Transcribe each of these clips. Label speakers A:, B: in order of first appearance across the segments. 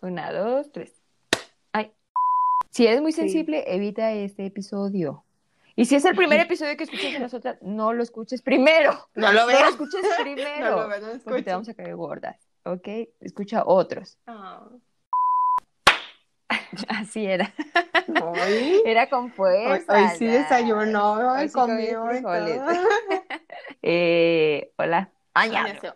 A: Una, dos, tres. Ay. Si eres muy
B: Sí.
A: sensible, evita este episodio. Y si es el primer episodio que escuchas de nosotras, no lo escuches primero.
B: No lo
A: No lo
B: veas.
A: escuches primero.
B: No lo veas, no lo
A: porque te
B: escuches.
A: vamos a caer gordas. ¿Ok? Escucha otros.
B: Ah.
A: Así era.
B: Hoy,
A: Era con
B: ¿eh? hoy,
A: fuerza.
B: hoy sí
A: ya.
B: desayunó, hoy
A: Hoy sí comí
B: comió y
A: frijoles.
B: todo.
A: Eh, hola. Ay,
B: Ya,
A: hablo.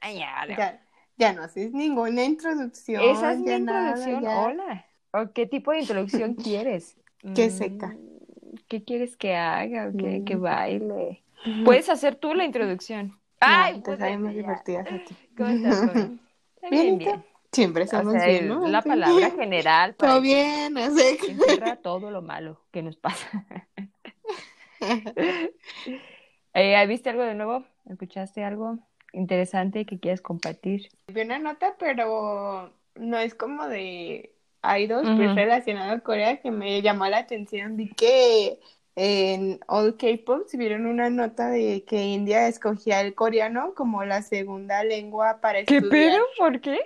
A: Ay, hablo.
B: ya, ya no haces ninguna introducción.
A: Esa es mi
B: ya nada,
A: introducción.
B: ya.
A: Hola. ¿O qué tipo de introducción quieres?
B: Qué
A: Mm,
B: seca.
A: ¿Qué quieres que haga? ¿O qué,
B: Mm.
A: que baile? Puedes hacer tú la introducción.
B: No,
A: Pues,
B: pues,
A: Ay, pues,
B: te salen más
A: ya.
B: divertidas a ti.
A: ¿Cómo estás, Connie? Está
B: Bien,
A: bien,
B: ¿y tú?
A: bien.
B: Siempre
A: O
B: estamos
A: sea,
B: bien,
A: el-
B: ¿no?
A: la palabra general para
B: Todo
A: que
B: bien, así que-
A: encierra todo lo malo que nos pasa. Eh, ¿Viste algo de nuevo? ¿Escuchaste algo interesante que quieras compartir?
B: Vi una nota, pero no es como de idols,
A: Ujú.
B: pero es relacionado a Corea que me llamó la atención. Vi que en All K-Pop subieron una nota de que India escogía el coreano como la segunda lengua para estudiar.
A: ¿Por qué?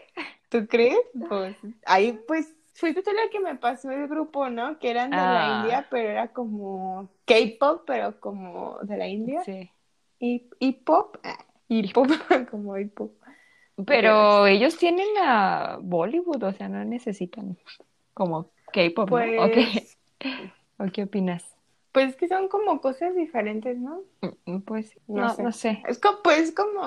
B: ¿Tú crees? Pues ahí pues fuiste tú la que me pasó el grupo, ¿no? Que eran de la
A: Ah.
B: India, pero era como K-pop, pero como de la India.
A: Sí.
B: Y, y pop, ah, y pues, pop, como hip hop.
A: Pero ellos tienen a Bollywood, o sea, no necesitan como K-pop, ¿no? ¿O qué,
B: Pues,
A: o qué opinas?
B: pues es que son como cosas diferentes, ¿no?
A: Mm, Pues
B: No
A: no,
B: sé.
A: no sé.
B: Es como, pues como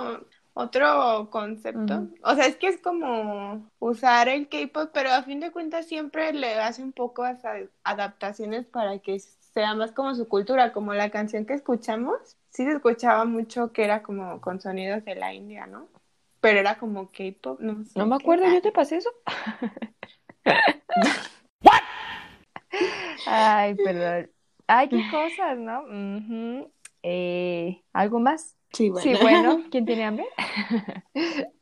B: otro concepto.
A: Ujú.
B: O sea, es que es como usar el K-pop, pero a fin de cuentas siempre le hace un poco las a- adaptaciones para que sea más como su cultura, como la canción que escuchamos. Sí se escuchaba mucho que era como con sonidos de la India, ¿no? Pero era como K-pop, no sé
A: No me
B: qué.
A: acuerdo,
B: Ah,
A: ¿yo te pasé eso? Ay, perdón. Ay, qué cosas, ¿no? Ujú. Eh, ¿algo más?
B: Sí, bueno.
A: Sí, bueno, ¿quién tiene hambre?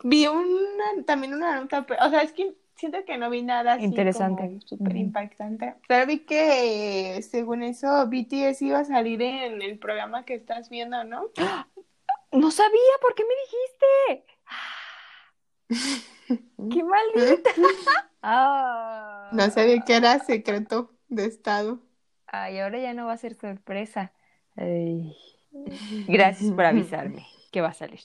B: Vi una, también una nota, pero, o sea, es que siento que no vi nada así
A: Interesante.
B: como súper
A: Ujú.
B: impactante. Pero vi que, según eso, BTS iba a salir en el programa que estás viendo, ¿no?
A: No sabía, ¿por qué me dijiste? ¡Qué maldita! Ah.
B: No sabía que era secreto de Estado.
A: Ay, ahora ya no va a ser sorpresa. Ay. Gracias por avisarme Mm. que va a salir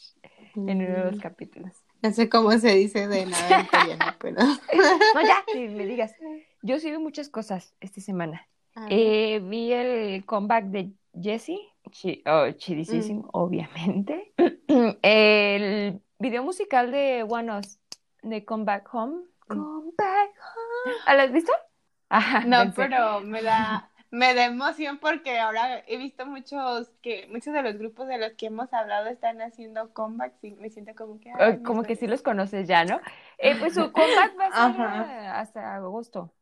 A: en uno de los capítulos.
B: No sé cómo se dice de nada en coreano, pero...
A: No, ya, que me digas. Yo sí vi muchas cosas esta semana.
B: A ver.
A: Eh, vi el comeback de Jessie, chi- oh,
B: Mm.
A: chidísimo, obviamente. El video musical de One Us, de Come Back Home. Come Back Home. ¿Ah, ¿Lo has visto? Ajá,
B: No,
A: pensé.
B: pero me da, me da emoción porque ahora he visto muchos que muchos de los grupos de los que hemos hablado están haciendo comebacks y me siento como que... ay,
A: Eh,
B: me
A: Como que sí
B: suena.
A: los conoces ya, ¿no? Eh, pues su comeback va a ser
B: Ajá.
A: eh, hasta agosto.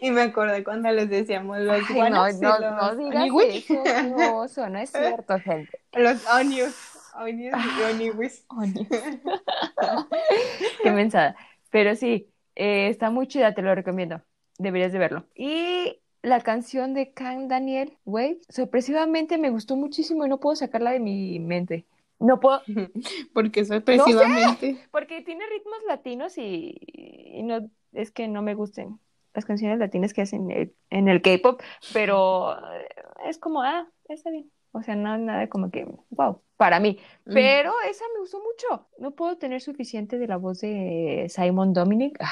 B: Y me acordé cuando les decíamos los
A: Ay, no,
B: guanos y
A: no,
B: los
A: no digas
B: oniwis.
A: eso, qué oso, no es cierto, gente.
B: Los onius. Onius y
A: Ah.
B: oniwis.
A: Qué mensada. Pero sí, eh, está muy chida, te lo recomiendo. Deberías de verlo. Y la canción de Kang Daniel, Wait, sorpresivamente me gustó muchísimo y no puedo sacarla de mi mente. No puedo,
B: Porque sorpresivamente.
A: porque tiene ritmos latinos y, y no es que no me gusten las canciones latinas que hacen el- en el K-pop, pero eh, es como, ah, está bien. O sea, no nada como que, wow, para mí. Pero esa me gustó mucho. No puedo tener suficiente de la voz de Simon Dominic. Ah,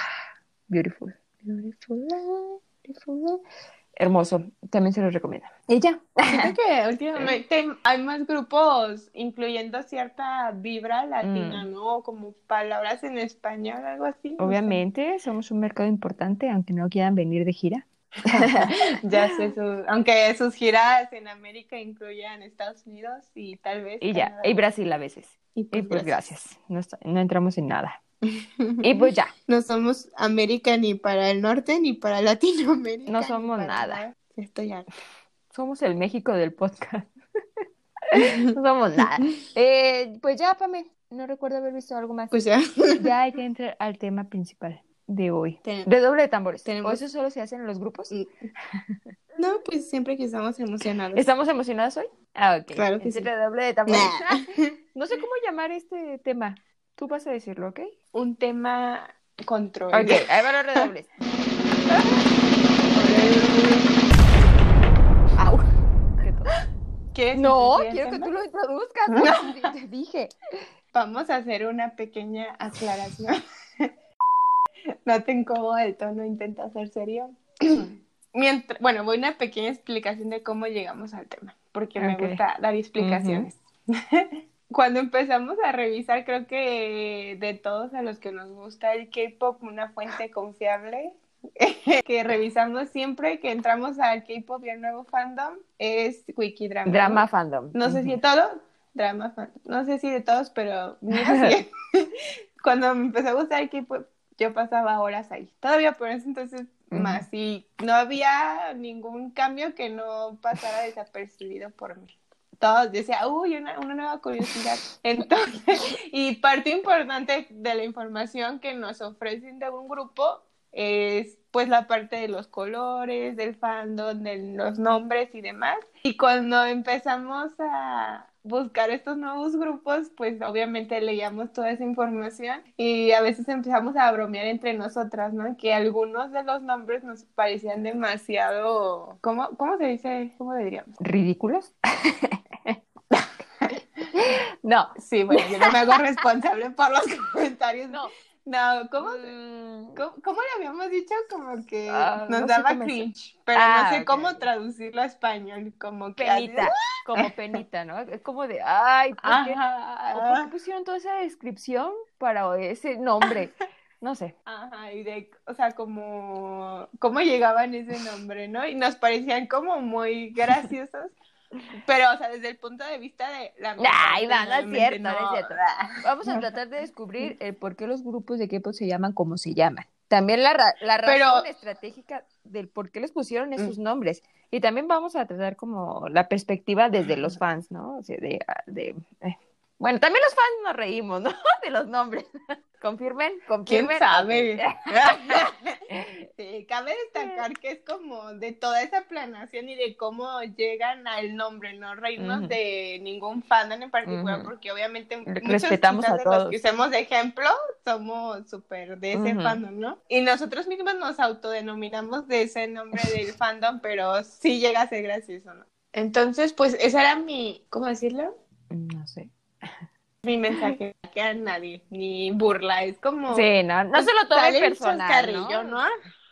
A: beautiful. Beautiful life, beautiful life. Hermoso. También se los recomiendo. Y ya.
B: Siento que últimamente hay más grupos incluyendo cierta vibra
A: Mm.
B: latina, ¿no? Como palabras en español, algo así. no sé.
A: Obviamente, somos un mercado importante, aunque no quieran venir de gira.
B: Ya sé, sus- aunque sus giras en América incluyan Estados Unidos y tal vez.
A: Y ya.
B: Canadá.
A: Y Brasil a veces.
B: Y
A: Y
B: pues
A: pues gracias, no, está- no entramos en nada. Y pues ya,
B: No somos América ni para el norte ni para Latinoamérica.
A: No
B: ni
A: somos
B: para
A: nada.
B: Ya Estoy harta.
A: somos el México del podcast. No somos nada. Eh, pues ya, Pame, no recuerdo haber visto algo más.
B: Pues ya.
A: Ya hay que entrar al tema principal de hoy.
B: Ten-
A: De doble de tambores.
B: tenemos-
A: ¿O eso solo se hace en los grupos?
B: No, pues siempre que estamos emocionados.
A: ¿Estamos emocionadas hoy? Ah, ok.
B: Claro que
A: Entre
B: sí.
A: doble de tambores. Ah,
B: Nah.
A: No sé cómo llamar este tema. Tú vas a decirlo, ¿ok?
B: Un tema Control.
A: Ok, ahí van los redobles. Au. Qué tos.
B: ¿Quieres
A: No,
B: introducir el
A: quiero que
B: tema?
A: tú lo introduzcas. No. Te dije.
B: Vamos a hacer una pequeña aclaración. no te incomoda el tono, intenta ser serio. Mientras, bueno, voy a una pequeña explicación de cómo llegamos al tema, porque
A: Ok.
B: me gusta dar explicaciones. Cuando empezamos a revisar, creo que de todos a los que nos gusta el K-pop, una fuente confiable que revisamos siempre que entramos al K-pop y al nuevo fandom es Wikidrama.
A: Drama fandom.
B: No sé si de todo, drama, fan- no sé si de todos, pero mío sí. cuando me empezó a gustar el K-pop, yo pasaba horas ahí. Todavía por eso entonces
A: Ujú.
B: más y no había ningún cambio que no pasara desapercibido por mí. Todos decía, uy, una, una nueva curiosidad. Entonces, y parte importante de la información que nos ofrecen de un grupo es pues la parte de los colores, del fandom, de los nombres y demás. Y cuando empezamos a buscar estos nuevos grupos, pues obviamente leíamos toda esa información y a veces empezamos a bromear entre nosotras, ¿no? Que algunos de los nombres nos parecían demasiado, ¿cómo, cómo se dice? ¿Cómo le diríamos?
A: ¿Ridículos? no,
B: Sí, bueno, yo no me hago responsable por los comentarios. No,
A: no.
B: ¿cómo,
A: Mm,
B: cómo, cómo le habíamos dicho? Como que
A: Ah,
B: nos
A: no sé
B: daba
A: cómo es.
B: cringe, pero
A: Ah,
B: no sé
A: ok,
B: cómo
A: ok.
B: traducirlo a español, como que...
A: penita, como penita, ¿no? Es como de, ay, ¿por qué, o por
B: Ajá.
A: qué pusieron toda esa descripción para ese nombre? No sé.
B: Ajá, y de, o sea, como, cómo llegaban ese nombre, ¿no? Y nos parecían como muy graciosos, pero, o sea, desde el punto de vista de la...
A: Ay, no, no es
B: obviamente
A: cierto, no es cierto. Vamos a tratar de descubrir el por qué los grupos de K-pop se llaman como se llaman. También la, ra- la razón
B: Pero-
A: estratégica del por qué les pusieron esos nombres. Y también vamos a tratar como la perspectiva desde los fans, ¿no? O sea, de, de- eh. Bueno, también los fans nos reímos, ¿no? De los nombres. Confirmen,
B: ¿Quién
A: confirmen.
B: sabe?
A: Ok.
B: Sí, cabe destacar que es como de toda esa planación y de cómo llegan al nombre, no reírnos
A: Ujú.
B: de ningún fandom en particular,
A: Ujú.
B: porque obviamente
A: Re-
B: muchos
A: respetamos
B: quizás
A: a
B: de los
A: todos.
B: que usemos de ejemplo somos súper de ese
A: Ujú.
B: fandom, ¿no? Y nosotros mismos nos autodenominamos de ese nombre del fandom, pero sí llega a ser gracioso, ¿no? Entonces, pues esa era mi, ¿cómo decirlo?
A: No sé.
B: Mi mensaje que a nadie, ni burla, es como
A: Sí, no, no se lo tomen
B: Dale el
A: personal,
B: chascarrillo,
A: ¿no?
B: ¿no?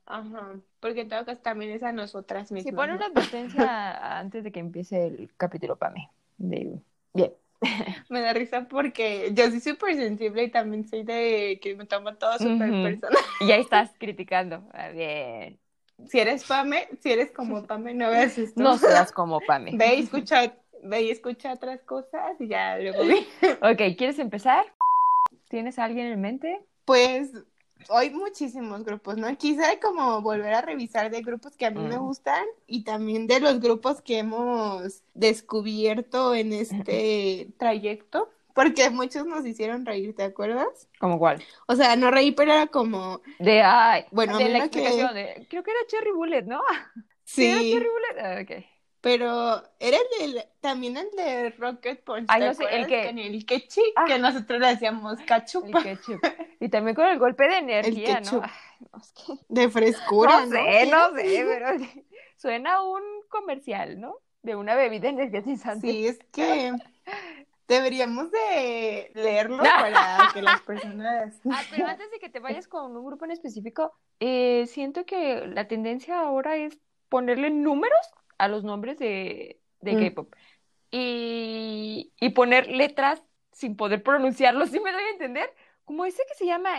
B: Ajá. Porque en todo caso también es a nosotras mismas.
A: Si pone
B: ¿no?
A: una advertencia antes de que empiece el capítulo para mí. De- Bien.
B: Me da risa porque yo soy súper sensible y también soy de que me tomo todo súper
A: Ujú.
B: personal.
A: Y ahí estás criticando. Ah, Bien.
B: Si eres Pame, si eres como Pame, no veas esto.
A: No seas como Pame.
B: Ve y escucha, ve y escucha otras cosas y ya luego vi.
A: Ok, ¿quieres empezar? ¿Tienes a alguien en mente?
B: Pues hoy muchísimos grupos, ¿no? Quise como volver a revisar de grupos que a mí me
A: Mm.
B: gustan y también de los grupos que hemos descubierto en este trayecto, porque muchos nos hicieron reír, ¿te acuerdas?
A: ¿Como cuál?
B: O sea, no reí, pero era como,
A: De, ay,
B: Bueno, a
A: de
B: mí
A: la
B: la que-
A: explicación. de- creo que era Cherry Bullet, ¿no? era
B: sí,
A: Cherry Bullet? Ah, ok.
B: pero era el del- también el de Rocket Punch,
A: Ay,
B: ¿te
A: no Ah, sé, el
B: acuerdas?
A: que-
B: Con el quechi,
A: Ah.
B: que nosotros le hacíamos
A: El
B: cachupa
A: ketchup. Y también con el golpe de energía, ¿no?
B: ketchup.
A: Ay, no, es que-
B: de frescura,
A: No
B: ¿no?
A: sé, no sé, pero suena un comercial, ¿no? De una bebida energizante.
B: Sí, es que deberíamos de leerlo para que las personas...
A: Ah, pero antes de que te vayas con un grupo en específico, eh, siento que la tendencia ahora es ponerle números a los nombres de, de
B: Mm.
A: K-pop y, y poner letras sin poder pronunciarlos, ¿sí me doy a entender? Como ese que se llama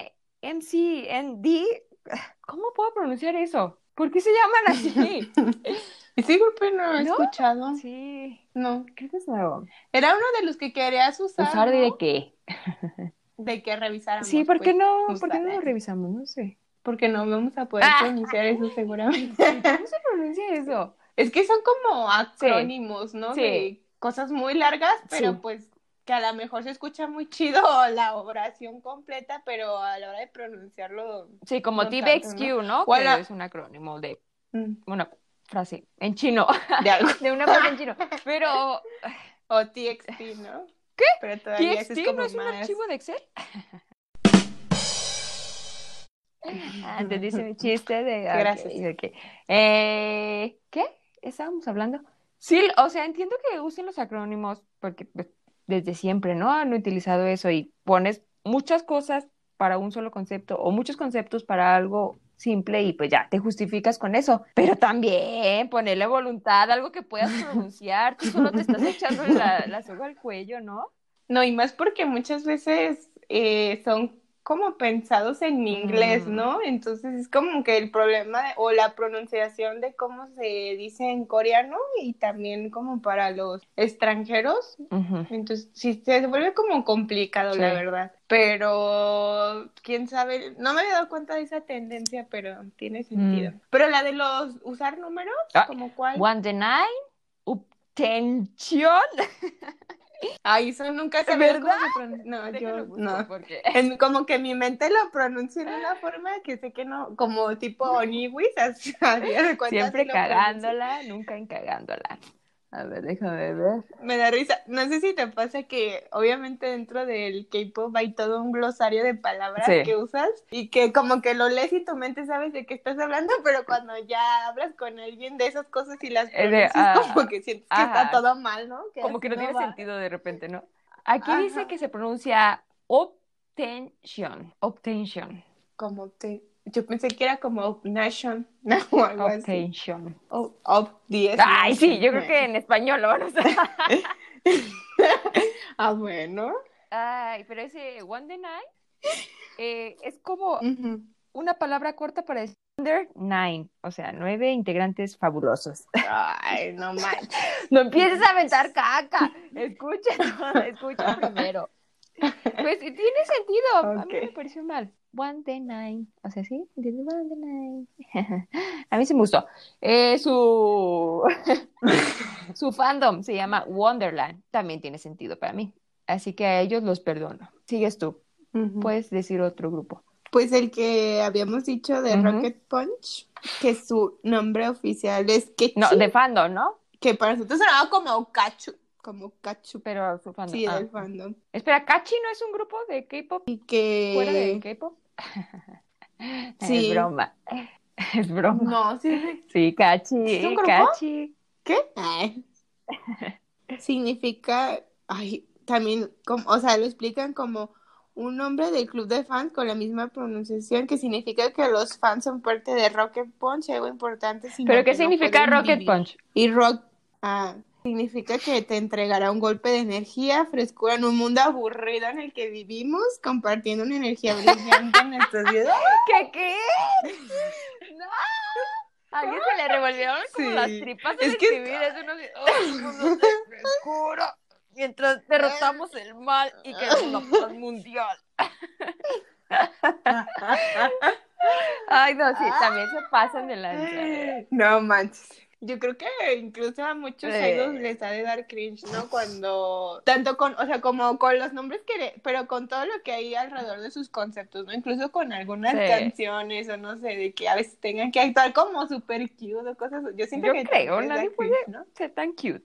A: MCND, ¿cómo puedo pronunciar eso? ¿Por qué se llaman así?
B: Ese grupo no he
A: ¿No?
B: escuchado,
A: Sí,
B: no.
A: creo que es nuevo.
B: Era uno de los que querías usar,
A: ¿Usar de
B: ¿no?
A: qué?
B: De que revisáramos.
A: Sí, ¿por qué
B: pues,
A: no?
B: usar,
A: ¿Por qué no lo
B: ¿eh?
A: revisamos? No sé.
B: Porque no vamos a poder
A: Ah.
B: pronunciar eso seguramente.
A: ¿Cómo se pronuncia eso?
B: Es que son como acrónimos, ¿no?
A: Sí.
B: De cosas muy largas, pero
A: Sí.
B: pues que a lo mejor se escucha muy chido la oración completa, pero a la hora de pronunciarlo...
A: Sí, como
B: No
A: TBXQ,
B: tanto,
A: ¿no?
B: O a
A: Que
B: la-
A: es un acrónimo de
B: mm,
A: una frase en chino,
B: De algo.
A: de una frase en chino. Pero
B: O TXT, ¿no?
A: ¿Qué?
B: Pero todavía ese
A: TXT
B: es como
A: no es un
B: más.
A: archivo de Excel. Antes Ah, dice mi chiste de... ah,
B: Gracias.
A: ok, ok. Eh, ¿qué? Estábamos hablando. Sí, o sea, entiendo que usen los acrónimos porque pues, desde siempre, ¿no? Han utilizado eso y pones muchas cosas para un solo concepto o muchos conceptos para algo simple y pues ya te justificas con eso. Pero también ponerle voluntad, algo que puedas pronunciar. Tú solo te estás echando la, la soga al cuello, ¿no?
B: No, y más porque muchas veces eh, son como pensados en inglés,
A: Mm.
B: ¿no? Entonces es como que el problema de- o la pronunciación de cómo se dice en coreano y también como para los extranjeros. Entonces sí se vuelve como complicado, la
A: Sí.
B: verdad. Pero quién sabe, no me había dado cuenta de esa tendencia, pero tiene sentido. Pero la de los usar números,
A: Mm. Ah,
B: como cuál?
A: One the nine, obtención.
B: Ay, eso nunca sabía cómo
A: ¿Verdad?
B: se pronuncia. No,
A: Déjalo
B: yo
A: busco
B: no.
A: porque-
B: En- como que mi mente lo pronuncio de una forma que sé que no, como tipo oniwis, así, haría de cuenta,
A: Siempre
B: así lo
A: cagándola, nunca encagándola. A ver, déjame ver.
B: pronuncio. Me da risa. No sé si te pasa que obviamente dentro del K-pop hay todo un glosario de palabras
A: Sí.
B: que usas y que como que lo lees y tu mente sabes de qué estás hablando, pero cuando ya hablas con alguien de esas cosas y las
A: Es de,
B: pronuncias,
A: ah,
B: como que sientes que
A: ajá.
B: está todo mal, ¿no?
A: Como que no
B: así
A: tiene
B: va.
A: sentido de repente, ¿no? Aquí
B: Ajá.
A: dice que se pronuncia obtención. Obtención.
B: Como te... Yo pensé que era como Nation, no, o algo así.
A: Obtention.
B: Of, of the
A: Ay, sí, yo creo
B: Snatch.
A: que en español lo van a usar.
B: Ah, bueno.
A: Ay, pero ese One the Nine eh, es como
B: Mm.
A: una palabra corta para decir Under Nine, o sea, nueve integrantes fabulosos.
B: Ay, no manches.
A: No empieces a aventar caca. Escucha, no, escucha primero. Pues sí, tiene sentido. A mí no me
B: Ok.
A: pareció mal. One day nine. O sea, sí. Dice, One day nine. A mí sí me gustó. Eh, su... su fandom se llama Wonderland. También tiene sentido para mí. Así que a ellos los perdono. Sigues tú.
B: Pues,
A: Puedes decir otro grupo.
B: pues el que habíamos dicho de
A: Ujú.
B: Rocket Punch, que su nombre oficial es Ketchy,
A: No, de fandom, ¿no?
B: que para nosotros sonaba como Kachu, como Kachu,
A: Pero su fandom.
B: sí,
A: ah.
B: del fandom.
A: Espera, ¿Kachi no es un grupo de K-pop?
B: Y que...
A: ¿Fuera de K-pop?
B: Sí.
A: Es broma. Es broma.
B: No, sí, sí.
A: Sí, Cachi.
B: ¿Es un grupo?
A: Cachi.
B: ¿Qué? Ay. Significa, ay, también, como, o sea, lo explican como un nombre del club de fans con la misma pronunciación que significa que los fans son parte de Rocket Punch, algo importante. sino
A: ¿Pero qué
B: que no
A: significa
B: pueden
A: Rocket
B: vivir.
A: Punch?
B: Y rock ah, significa que te entregará un golpe de energía, frescura en un mundo aburrido en el que vivimos, compartiendo una energía brillante en nuestros dedos.
A: ¿Qué qué? ¡No! A alguien se le revolvieron como
B: Sí.
A: las tripas al
B: Es que-
A: escribir eso. No sé. ¡Oh, mundo de frescura! Mientras derrotamos el mal y que es una paz mundial. Ay, no, sí, también se pasan de
B: Ah.
A: lanza.
B: No manches. Yo creo que incluso a muchos
A: Eh.
B: idols les ha de dar cringe, ¿no? Cuando, tanto con, o sea, como con los nombres que, le- pero con todo lo que hay alrededor de sus conceptos, ¿no? Incluso con algunas
A: Sí.
B: canciones o no sé, de que a veces tengan que actuar como super cute o cosas. Yo siento
A: Yo
B: que
A: creo,
B: les da
A: nadie
B: cringe, ¿no?
A: Ser tan cute.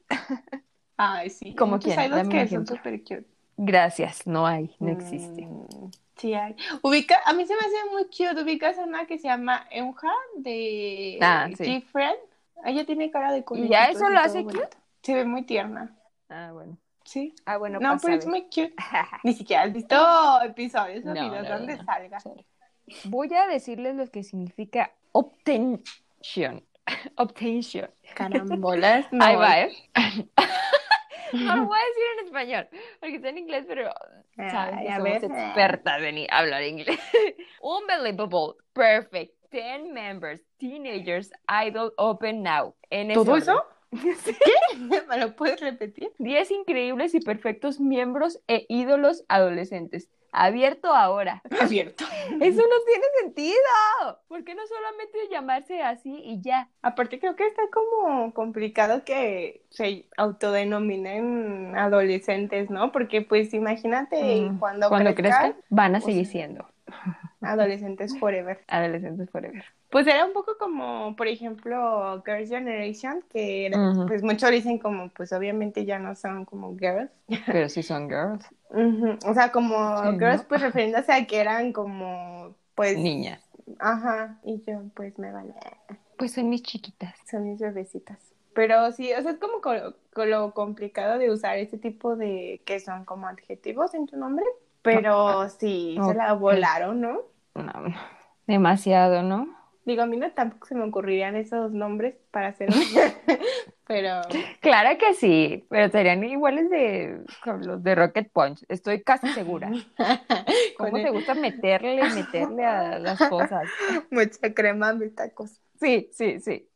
B: Ay, sí.
A: ¿Como
B: Muchos
A: quién?
B: idols
A: Dame un
B: que son
A: ejemplo.
B: super cute.
A: Gracias, no hay, no existe.
B: Mm, Sí hay. Ubica, a mí se me hace muy cute. Ubicas a una que se llama Eunha de
A: Ah, sí.
B: G-Friend. Ella tiene cara de
A: ¿Y ya eso
B: conejito,
A: lo
B: así
A: hace
B: todo bonito. Se ve muy tierna.
A: Ah, bueno.
B: Sí.
A: Ah, bueno,
B: No,
A: pasa,
B: pero es
A: ve.
B: muy cute. Ni siquiera has visto episodios o
A: No, no,
B: videos
A: no,
B: donde
A: no.
B: salga.
A: Voy a decirles lo que significa obtention. Obtention.
B: Carambolas. No.
A: Ahí va, ¿eh? No lo voy a decir en español, porque está en inglés, pero
B: Ay,
A: ¿eh? sabes que
B: a
A: somos
B: ver.
A: expertas en i- hablar inglés. Unbelievable, perfect, 10 members, teenagers, idol, open now. En ese
B: ¿Todo
A: orden.
B: eso? ¿Qué? ¿Me lo puedes repetir?
A: 10 increíbles y perfectos miembros e ídolos adolescentes. Abierto ahora.
B: Abierto.
A: Eso no tiene sentido. ¿Por qué no solamente llamarse así y ya?
B: Aparte creo que está como complicado que se autodenominen adolescentes, ¿no? Porque pues imagínate
A: Mm,
B: cuando,
A: Cuando
B: crezcan,
A: crezcan, van a
B: sea-
A: seguir siendo
B: adolescentes forever.
A: adolescentes forever.
B: Pues era un poco como, por ejemplo, Girls Generation, que era-
A: Ujú.
B: pues muchos dicen como, pues obviamente ya no son como girls.
A: Pero si son girls,
B: Ujú, O sea, como
A: Sí,
B: girls
A: ¿no?
B: pues refiriéndose a que eran como, pues,
A: niñas.
B: Ajá, y yo pues me vale,
A: Pues son mis chiquitas.
B: son mis bebecitas. Pero sí, o sea, es como co- co- lo complicado de usar este tipo de que son como adjetivos en tu nombre, pero sí, se la
A: Ok.
B: volaron, ¿no?
A: No, no. Demasiado, ¿no?
B: Digo, a mí no tampoco se me ocurrirían esos nombres para hacer un... pero
A: Claro que sí, pero serían iguales de con los de Rocket Punch, estoy casi segura. ¿Cómo
B: Con el-
A: te gusta meterle, meterle a las cosas?
B: mucha crema a mis tacos.
A: Sí, sí, sí.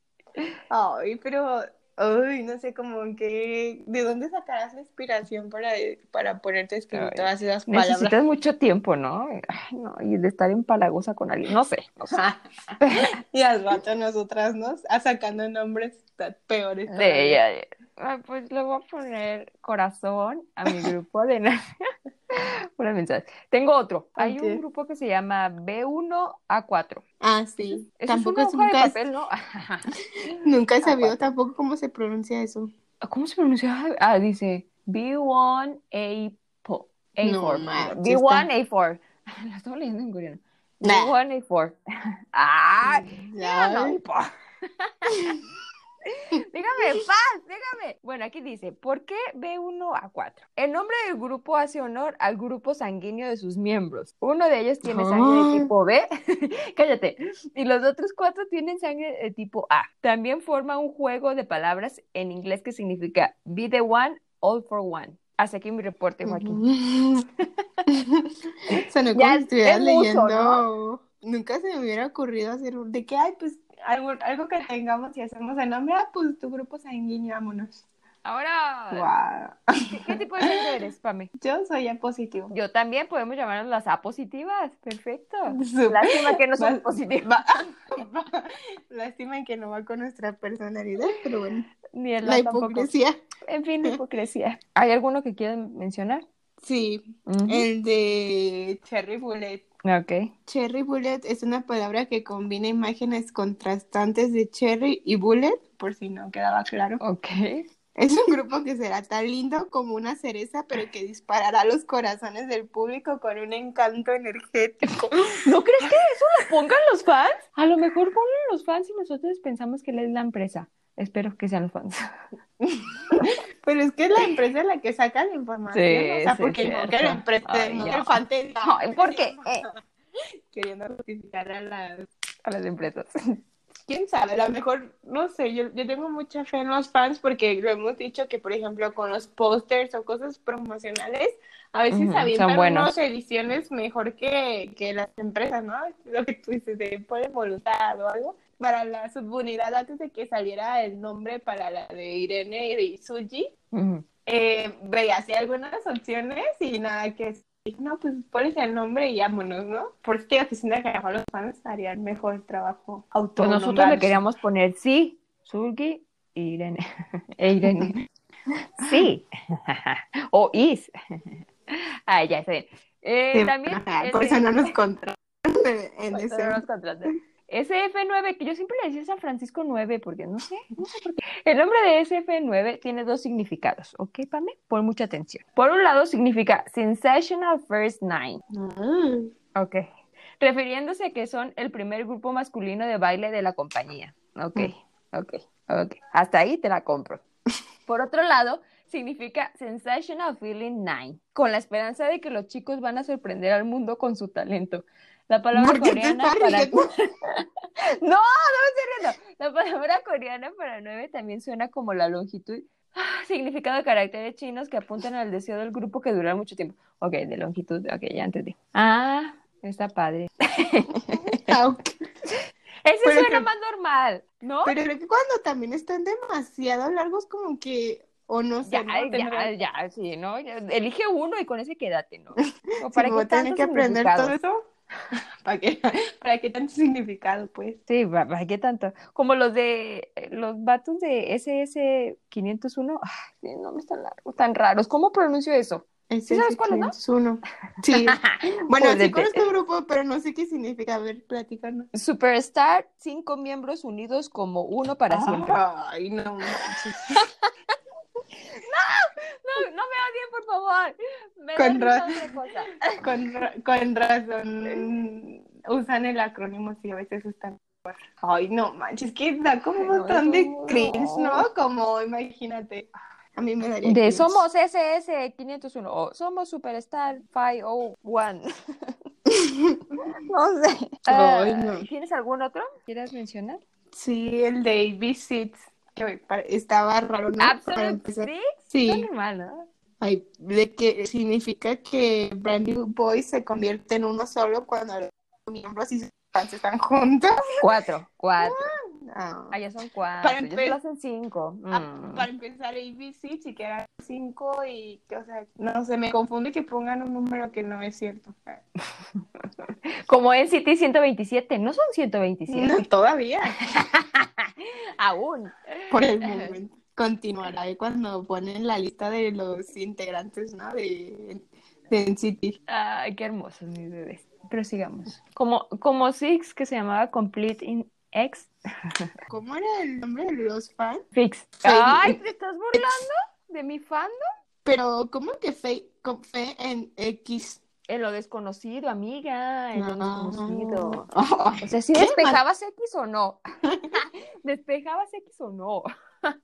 B: Ay, pero, ay, no sé, como que, ¿de dónde sacarás la inspiración para, para ponerte a escribir
A: Ay,
B: todas esas palabras?
A: Necesitas mucho tiempo, ¿no? Ay, no, y de estar empalagosa con alguien, no sé, no sé.
B: y al rato nosotras nos a sacando nombres tan peores. todavía.
A: De ella, de- Ah, pues le voy a poner corazón a mi grupo de na- Pura mensaje. Tengo otro. Hay
B: Ok.
A: un grupo que se llama B1A4.
B: Ah, sí.
A: Esa es
B: tampoco
A: una
B: es-
A: hoja de
B: nunca,
A: papel, Ah, ¿no?
B: nunca he
A: Aguanta.
B: sabido tampoco cómo se pronuncia eso.
A: ¿Cómo se pronuncia? Ah, dice B1A4.
B: No,
A: A4,
B: manches,
A: B1A4. Lo estaba leyendo en coreano.
B: Nah.
A: B1A4. Ah,
B: Ya.
A: no importa. Dígame, en paz, dígame. Bueno, aquí dice, ¿por qué B1A4? El nombre del grupo hace honor al grupo sanguíneo de sus miembros. Uno de ellos tiene sangre de
B: Ah.
A: tipo B, cállate, y los otros cuatro tienen sangre de tipo A. También forma un juego de palabras en inglés que significa be the one, all for one. Hasta aquí mi reporte, Joaquín.
B: Sonó como
A: Ya
B: si
A: es-
B: estuvieras
A: es mucho,
B: leyendo. Nunca se me hubiera ocurrido hacer un- de que, ay, pues algo, algo que tengamos y hacemos el nombre, ah, pues tu grupo sanguíneo, vámonos.
A: Ahora,
B: Guau.
A: ¿qué, qué tipo de gente eres, Pame?
B: Yo soy A positivo.
A: Yo también podemos llamarnos las A positivas. Perfecto.
B: Súper.
A: Lástima que no somos
B: Vas-
A: positivas.
B: Va- va- Lástima que no va con nuestra personalidad, pero bueno,
A: Ni el
B: la
A: A tampoco.
B: hipocresía.
A: En fin, la hipocresía. ¿Hay alguno que quieran mencionar?
B: Sí,
A: Ujú.
B: el de Cherry Bullet.
A: Ok.
B: Cherry Bullet es una palabra que combina imágenes contrastantes de Cherry y Bullet, por si no quedaba claro.
A: Ok.
B: Es un grupo que será tan lindo como una cereza, pero que disparará los corazones del público con un encanto energético.
A: ¿No crees que eso lo pongan los fans? A lo mejor ponen los fans y nosotros pensamos que él es la empresa. Espero que sean los fans.
B: Pero es que es la empresa la que saca la información,
A: Sí,
B: o sea,
A: sí,
B: porque
A: es
B: no que
A: cierto.
B: la empresa,
A: Ay,
B: no que
A: no.
B: el fan te diga,
A: Ay, ¿por qué? Eh,
B: Queriendo justificar a las
A: a las empresas.
B: quién sabe, a lo mejor, no sé, yo, yo tengo mucha fe en los fans porque lo hemos dicho que, por ejemplo, con los pósters o cosas promocionales, a veces
A: Ujú, son
B: avientan
A: buenos.
B: unas ediciones mejor que, que las empresas, ¿no? Lo que tú dices, de ponen voluntad o algo. Para la subunidad, antes de que saliera el nombre para la de Irene y de Suji,
A: Ujú.
B: eh, veía así algunas opciones y nada que decir, no, pues pones el nombre y vámonos, ¿no? Por eso te digo que siento que a lo mejor los fans harían mejor trabajo
A: Pues nosotros le
B: autonombrados.
A: queríamos poner sí, Zulgi e Irene. E Irene. Sí. O Is. Ah, ya está bien. Eh,
B: Sí,
A: también.
B: ajá,
A: el
B: por
A: de-
B: eso no nos contratan en
A: Por eso
B: ese.
A: no nos contratan. SF9, que yo siempre le decía San Francisco 9, porque no sé, no sé por qué. El nombre de SF9 tiene dos significados, ¿ok, Pame? Pon mucha atención. Por un lado, significa Sensational First Nine, ¿ok? Refiriéndose a que son el primer grupo masculino de baile de la compañía, ¿ok?
B: Mm.
A: Ok, ok. Hasta ahí te la compro. Por otro lado, significa Sensational Feeling Nine, con la esperanza de que los chicos van a sorprender al mundo con su talento. La palabra
B: ¿Por qué te
A: coreana
B: estás
A: para...
B: riendo?
A: No, no me estoy riendo. La palabra coreana para nueve también suena como la longitud. Ah, Significado de caracteres chinos que apuntan al deseo del grupo que durará mucho tiempo. Ok, de longitud, ok, ya entendí. Ah, está padre.
B: Ah, ok.
A: Ese
B: Pero
A: suena
B: que-
A: más normal, ¿no?
B: Pero creo que cuando también están demasiado largos, como que, o no sé,
A: Ya,
B: ¿no?
A: ya,
B: Tendrán-
A: ya, sí, ¿no? Ya, Elige uno y con ese quédate, ¿no? O
B: si
A: para
B: voy
A: qué
B: a tener
A: tanto
B: que aprender
A: significado.
B: todo eso, ¿para qué, ¿para qué tanto significado, pues?
A: Sí, va- va, ¿qué tanto? Como los de eh, los vatos de SS501. Ay, sí, no me están largos, tan raros. ¿Cómo pronuncio eso?
B: Ese
A: ¿Sí sabes cuál es, no?
B: es uno. Sí. Bueno, sí
A: Jódete.
B: conozco el grupo, pero no sé qué significa. A ver, platícanos.
A: Superstar, cinco miembros unidos como uno para siempre.
B: Ay, no manches.
A: No, no me odien, por favor. Me
B: Con
A: da risa
B: ra-
A: otra cosa.
B: Con, ra- con razón. usan el acrónimo sí, a veces están. Ay, no manches, que da como un
A: Ay, no,
B: montón de
A: eso no.
B: cringe, ¿no? Como, imagínate. A mí me daría.
A: De
B: cringe.
A: somos SS501 o somos Superstar 501. no sé.
B: Ay,
A: Ah,
B: no.
A: ¿Tienes algún otro? ¿Quieres mencionar?
B: Sí, el de ABC que pa- estaba raro, ¿no?
A: Ah, Absolute
B: Para empezar.
A: Six. Está
B: Sí,
A: normal, ¿no?
B: ay, de que significa que Brand New Boys se convierte en uno solo cuando los miembros y sus fans están juntos. Ah.
A: Cuatro, cuatro.
B: No.
A: Allá son cuatro.
B: Para
A: Ellos lo
B: empe-
A: hacen cinco.
B: Ah,
A: Mm.
B: Para empezar, ABC, sí que eran cinco y, que, o sea, no sé, me confunde que pongan un número que no es cierto.
A: Como en City 127. No son 127.
B: No, todavía.
A: Aún.
B: Por el momento. Continuará eh, cuando ponen la lista de los integrantes, ¿no? De, de NCT.
A: Ay, qué hermosos mis bebés. Pero sigamos. Como, como Six, que se llamaba Complete in X.
B: ¿Cómo era el nombre de los fans?
A: Fix.
B: Sí.
A: Ay, ¿te estás burlando de mi fan?
B: Pero, ¿cómo que fe, con fe en X?
A: En Eh, lo desconocido, amiga, en lo
B: No.
A: desconocido.
B: Ay,
A: O sea, si
B: ¿Qué?
A: despejabas X o no. despejabas X o no.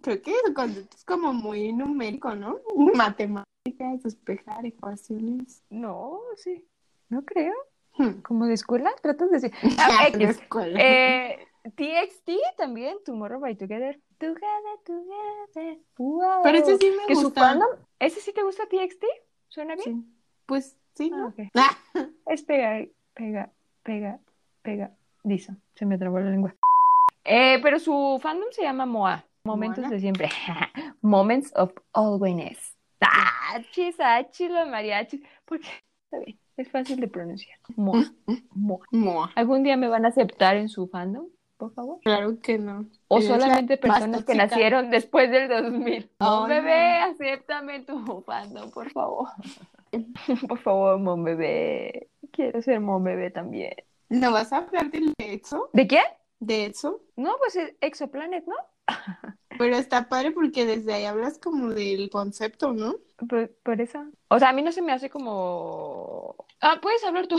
B: Creo que el concepto es como muy numérico, ¿no? Matemáticas, despejar ecuaciones.
A: No, sí. No creo.
B: Hmm.
A: Como de escuela, tratas de decir. Ah,
B: La
A: X.
B: escuela.
A: Eh, TXT también, Tomorrow by Together. Together, together. Wow.
B: Pero ese sí me
A: que su
B: gusta.
A: fandom- ¿Ese sí te gusta TXT? ¿Suena bien?
B: Sí. Pues sí,
A: Ah,
B: ¿no?
A: ok.
B: Ah,
A: Es pegar, pega, pega, pega. Dice, se me trabó la lengua. Eh, pero su fandom se llama MOA. Momentos
B: Moana.
A: de siempre. Moments of always. Ah, chis, ah, chis, los mariachis. Porque está bien, es fácil de pronunciar.
B: Mm,
A: MOA. MOA.
B: Moa.
A: ¿Algún día me van a aceptar en su fandom? Por favor.
B: Claro que no.
A: O
B: Eres la
A: solamente
B: más
A: personas que
B: tóxica.
A: nacieron después del 2000. Mon
B: Ay,
A: bebé, acéptame en tu fandom, por favor. por favor, mon bebé. Quiero ser mon bebé también.
B: ¿No vas a hablar del EXO?
A: ¿De quién?
B: De EXO.
A: No, pues es Exoplanet, ¿no?
B: Pero está padre porque desde ahí hablas como del concepto, ¿no?
A: Por, por eso. O sea, a mí no se me hace como... Ah, puedes hablar tú.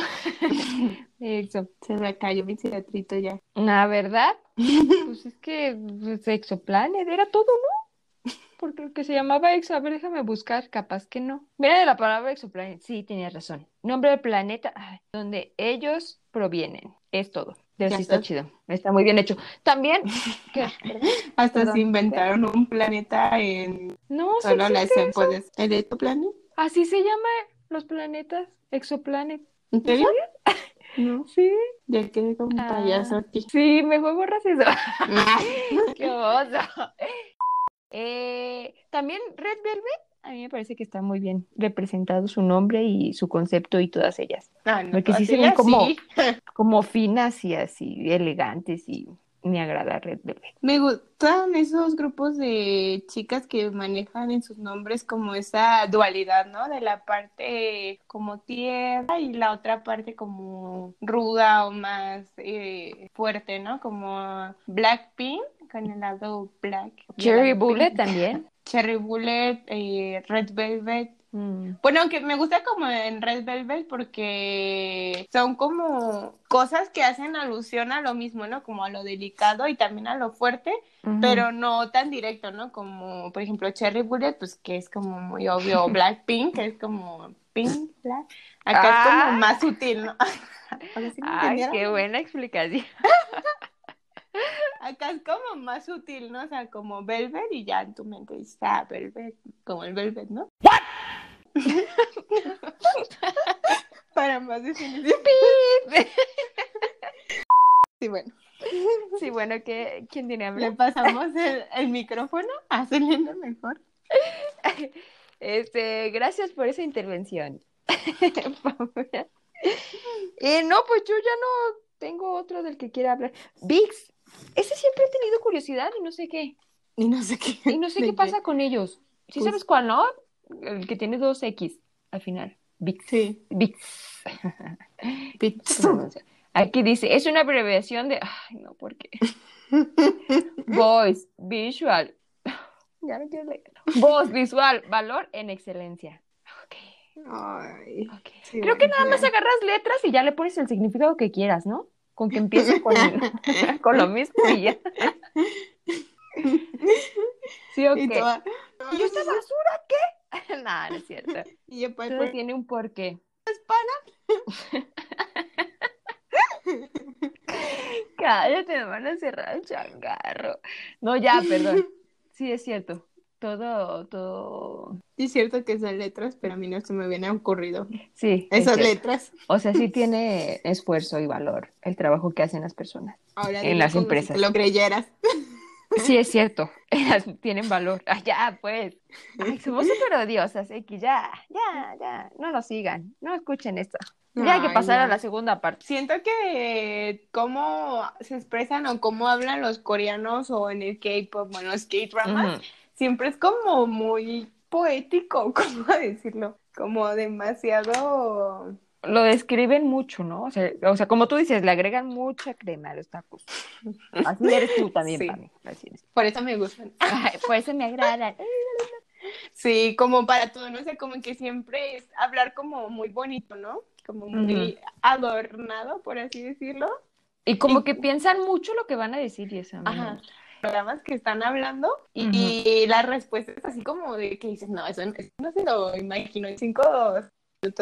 A: De Exo.
B: Se me cayó mi cicatrito ya.
A: La verdad, pues es que pues, Exoplanet era todo, ¿no? Porque el que se llamaba Exo, a ver, déjame buscar, capaz que no. Mira de la palabra Exoplanet, sí, tenías razón. Nombre del planeta, ay, donde ellos provienen, es todo. Pero
B: Ya
A: sí está
B: está.
A: chido, está muy bien hecho. También, ¿qué?
B: Hasta
A: Perdón.
B: se inventaron un planeta en
A: no, sí
B: solo la
A: existe
B: escena.
A: eso.
B: pues, ¿El exoplanet?
A: Así se llama los planetas, Exoplanet.
B: ¿En serio? No,
A: Sí,
B: ya quedé como un
A: Ah.
B: payaso aquí. Ah,
A: sí, mejor borras eso. ¡Qué oso! Eh, también Red Velvet, a mí me parece que está muy bien representado su nombre y su concepto y todas ellas.
B: Ah, no,
A: Porque sí se
B: así,
A: ven como-
B: así.
A: Como finas y así, elegantes y me agrada Red Velvet.
B: Me gustan esos grupos de chicas que manejan en sus nombres como esa dualidad, ¿no? De la parte como tierna y la otra parte como ruda o más eh, fuerte, ¿no? Como Blackpink con el lado black. de
A: Cherry
B: Blackpink.
A: Bullet también.
B: Cherry Bullet, eh, Red Velvet.
A: Mm.
B: Bueno, aunque me gusta como en Red Velvet porque son como cosas que hacen alusión a lo mismo, ¿no? Como a lo delicado y también a lo fuerte,
A: Ujú.
B: pero no tan directo, ¿no? Como, por ejemplo, Cherry Bullet, pues que es como muy obvio, Blackpink, que es como pink, black. Acá es
A: Ah.
B: como más sutil, ¿no? O sea, ¿sí me
A: Ay,
B: entendieron?
A: qué buena explicación.
B: Acá es como más sutil, ¿no? O sea, como Velvet y ya en tu mente dices, ah, Velvet, como el Velvet, ¿no? Para más definición. Sí, bueno,
A: Sí, bueno, ¿qué, ¿quién tiene
B: le
A: hambre?
B: pasamos el, el micrófono a Selena mejor.
A: Este, gracias por esa intervención. Paola. Eh, no, pues yo ya no tengo otro del que quiera hablar. VIX, ese siempre he tenido curiosidad y no sé qué.
B: Y no sé qué.
A: Y no sé
B: de
A: qué pasa con ellos. ¿Sí
B: Pues-
A: sabes cuál, no? El que tiene dos X al final. VIX.
B: Sí.
A: VIX.
B: Pizza.
A: Aquí dice, es una abreviación de... Ay, no, ¿por qué? Voice, visual. Ya no quiero leer. Voz, visual, valor en excelencia. Ok.
B: Ay,
A: Ok.
B: sí,
A: Creo que
B: bueno,
A: nada más
B: ya.
A: agarras letras y ya le pones el significado que quieras, ¿no? Con que empiece con, con lo mismo y ya. Sí, ok.
B: Y toda-
A: ¿Y esta basura qué? Nada, no es cierto.
B: Y yo, pues,
A: Todo
B: pues,
A: tiene un porqué. Cállate, me van a cerrar el changarro. No, ya, perdón. Sí, es cierto. Todo, todo.
B: sí es cierto que son letras, pero a mí no se me hubiera ocurrido
A: Sí. es
B: esas
A: cierto.
B: letras.
A: O sea, sí tiene esfuerzo y valor el trabajo que hacen las personas.
B: Ahora
A: En
B: dilo
A: las
B: como si
A: empresas.
B: te lo creyeras.
A: Sí, es cierto. Ellas tienen valor. Ah, ya, pues. Ay, somos súper odiosas, X. Ya, ya, ya. No nos sigan. No escuchen esto. Ya hay que
B: Ay,
A: pasar a
B: no.
A: la segunda parte.
B: Siento que eh, cómo se expresan o cómo hablan los coreanos o en el K-pop o en los K-dramas,
A: Ujú.
B: siempre es como muy poético, ¿cómo decirlo? Como demasiado...
A: Lo describen mucho, ¿no? O sea, o sea, como tú dices, le agregan mucha crema a los tacos. Así eres tú también,
B: Sí.
A: Pame. Así eres.
B: Por eso me gustan.
A: Ay, por eso me agradan.
B: Sí, como para todo, no sé, como que siempre es hablar como muy bonito, ¿no? Como muy adornado, por así decirlo.
A: Y como que piensan mucho lo que van a decir y eso. ¿no?
B: Ajá. Programas que están hablando y,
A: Ujú.
B: y las respuestas así como de que dices, no, eso no, eso no se lo imagino en cinco minutos.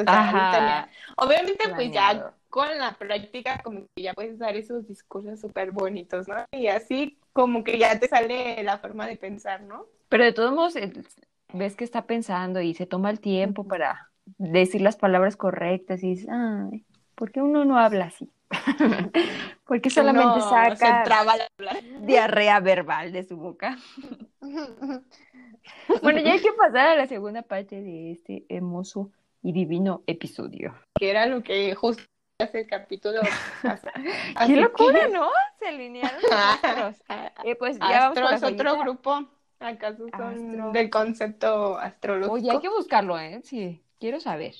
B: ya lo
A: Ajá.
B: tenía". Obviamente, pues
A: Planeado.
B: ya con la práctica, como que ya puedes dar esos discursos súper bonitos, ¿no? Y así como que ya te sale la forma de pensar, ¿no?
A: Pero de todos modos, el- ves que está pensando y se toma el tiempo
B: Ujú.
A: para decir las palabras correctas y dices, ay, ¿por qué uno no habla así? Porque solamente
B: Uno Se
A: saca
B: traba al hablar.
A: diarrea verbal de su boca. Bueno, ya hay que pasar a la segunda parte de este hermoso y divino episodio.
B: que era lo que justo hace el capítulo.
A: ¡Qué locura, no! Ah, Se alinearon los astros. Eh, pues ya vamos con
B: Astro
A: la
B: es otro
A: joyita.
B: grupo. ¿Acaso son
A: Astro.
B: del concepto astrológico?
A: Oye, hay que buscarlo, ¿eh? Sí, quiero saber.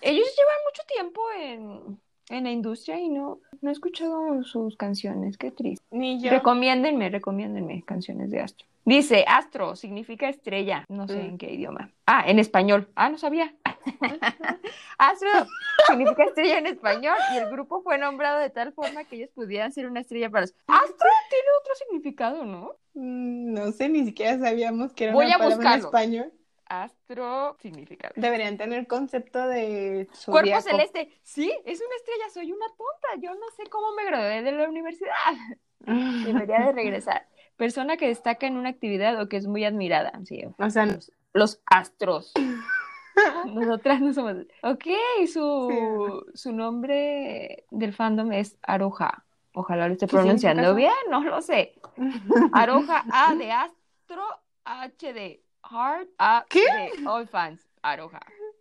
A: Ellos llevan mucho tiempo en, en la industria y no, no he escuchado sus canciones, qué triste.
B: Ni yo.
A: Recomiéndenme, recomiéndenme canciones de Astro. Dice, Astro significa estrella, no sé
B: Mm.
A: en qué idioma. Ah, en español. Ah, no sabía. Astro significa estrella en español y el grupo fue nombrado de tal forma que ellos pudieran ser una estrella para los... Astro tiene otro significado, ¿no?
B: Mm, No sé, ni siquiera sabíamos que era
A: Voy
B: una
A: a
B: palabra en
A: buscarlo.
B: español.
A: Astro significa...
B: Deberían tener concepto de
A: Cuerpo
B: zodiaco.
A: celeste. Sí, es una estrella, soy una tonta. Yo no sé cómo me gradué de la universidad. Debería de regresar. Persona que destaca en una actividad o que es muy admirada. Sí,
B: O sea, no.
A: los astros. Nosotras no somos. Ok, su, su nombre del fandom es Aroha. Ojalá lo esté
B: ¿Qué significa
A: pronunciando
B: eso?
A: bien, no lo sé. Aroha A de astro, H de heart, A
B: ¿Qué?
A: de all fans. Aroha.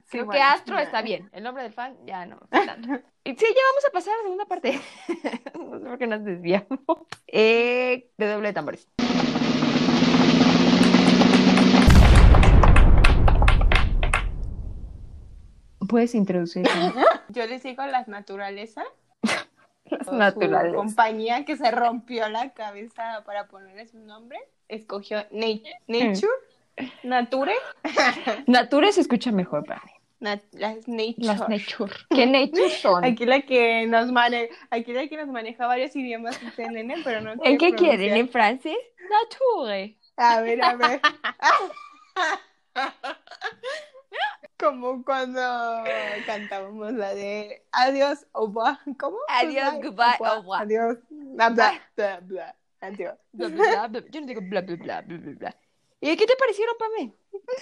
A: Creo que astro está bien. El nombre del fan ya no. tanto. Y sí, ya vamos a pasar a la segunda parte. no sé por qué nos desviamos. Eh, de doble de tambores. Puedes introducir
B: Yo les digo las naturalezas.
A: las
B: o su compañía que se rompió la cabeza para ponerle su nombre, escogió Na- Nature, Nature,
A: Nature se escucha mejor para mí.
B: Nat- las Nature.
A: Las Nature. ¿Qué Nature son?
B: Aquí la que nos maneja, aquí la que nos maneja varios idiomas es el nene, pero no
A: ¿En qué
B: quiere
A: quieren?
B: pronunciar.
A: ¿En francés? Nature.
B: A ver, a ver. Como cuando cantábamos la de adiós, au revoir. ¿Cómo?
A: Adiós, goodbye,
B: au revoir,
A: au revoir.
B: Adiós, bla, bla, bla, bla, Adiós.
A: Bla, bla, bla, bla. Yo no digo bla, bla, bla, bla, bla, bla. ¿Y qué te parecieron, Pame?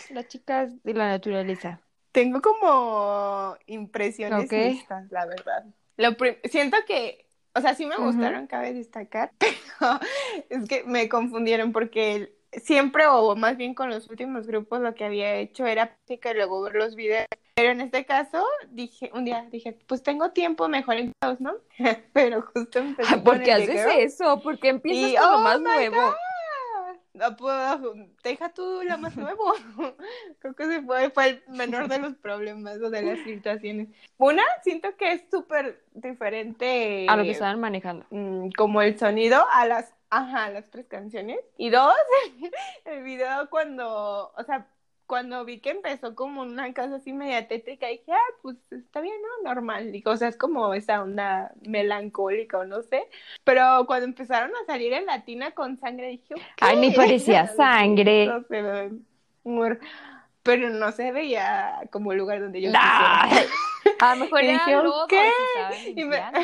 A: Las chicas de la naturaleza.
B: Tengo como impresiones
A: Ok.
B: mixtas, la verdad. Lo pri- siento que, o sea, sí me
A: Ujú.
B: gustaron, cabe destacar, pero es que me confundieron porque siempre, o más bien con los últimos grupos, lo que había hecho era práctica y luego ver los videos. Pero en este caso, dije, un día dije, pues tengo tiempo, mejor en caos, ¿no? pero justo empecé
A: Ay,
B: con
A: Ah, ¿Por
B: el
A: qué haces
B: video.
A: eso? ¿Por qué empiezas
B: Y,
A: con lo
B: oh
A: más
B: my
A: nuevo?
B: No puedo, deja tú la más nuevo. Creo que se fue, fue el menor de los problemas o de las situaciones. Una, siento que es súper diferente
A: A lo que estaban manejando.
B: mm, como el sonido a las, ajá, a las tres canciones. Y dos, el video cuando, o sea, cuando vi que empezó como una cosa así media tétrica, dije, ah, pues está bien, ¿no? Normal. Digo, o sea, es como esa onda melancólica o no sé. Pero cuando empezaron a salir en latina con sangre, dije, ok.
A: Ay, me parecía sangre.
B: No se ve, mor- Pero no se veía como el lugar donde yo
A: Nah.
B: quisiera.
A: A lo mejor
B: Y
A: era
B: dije,
A: lodo,
B: ok.
A: se estaba
B: Y me-
A: limpiando.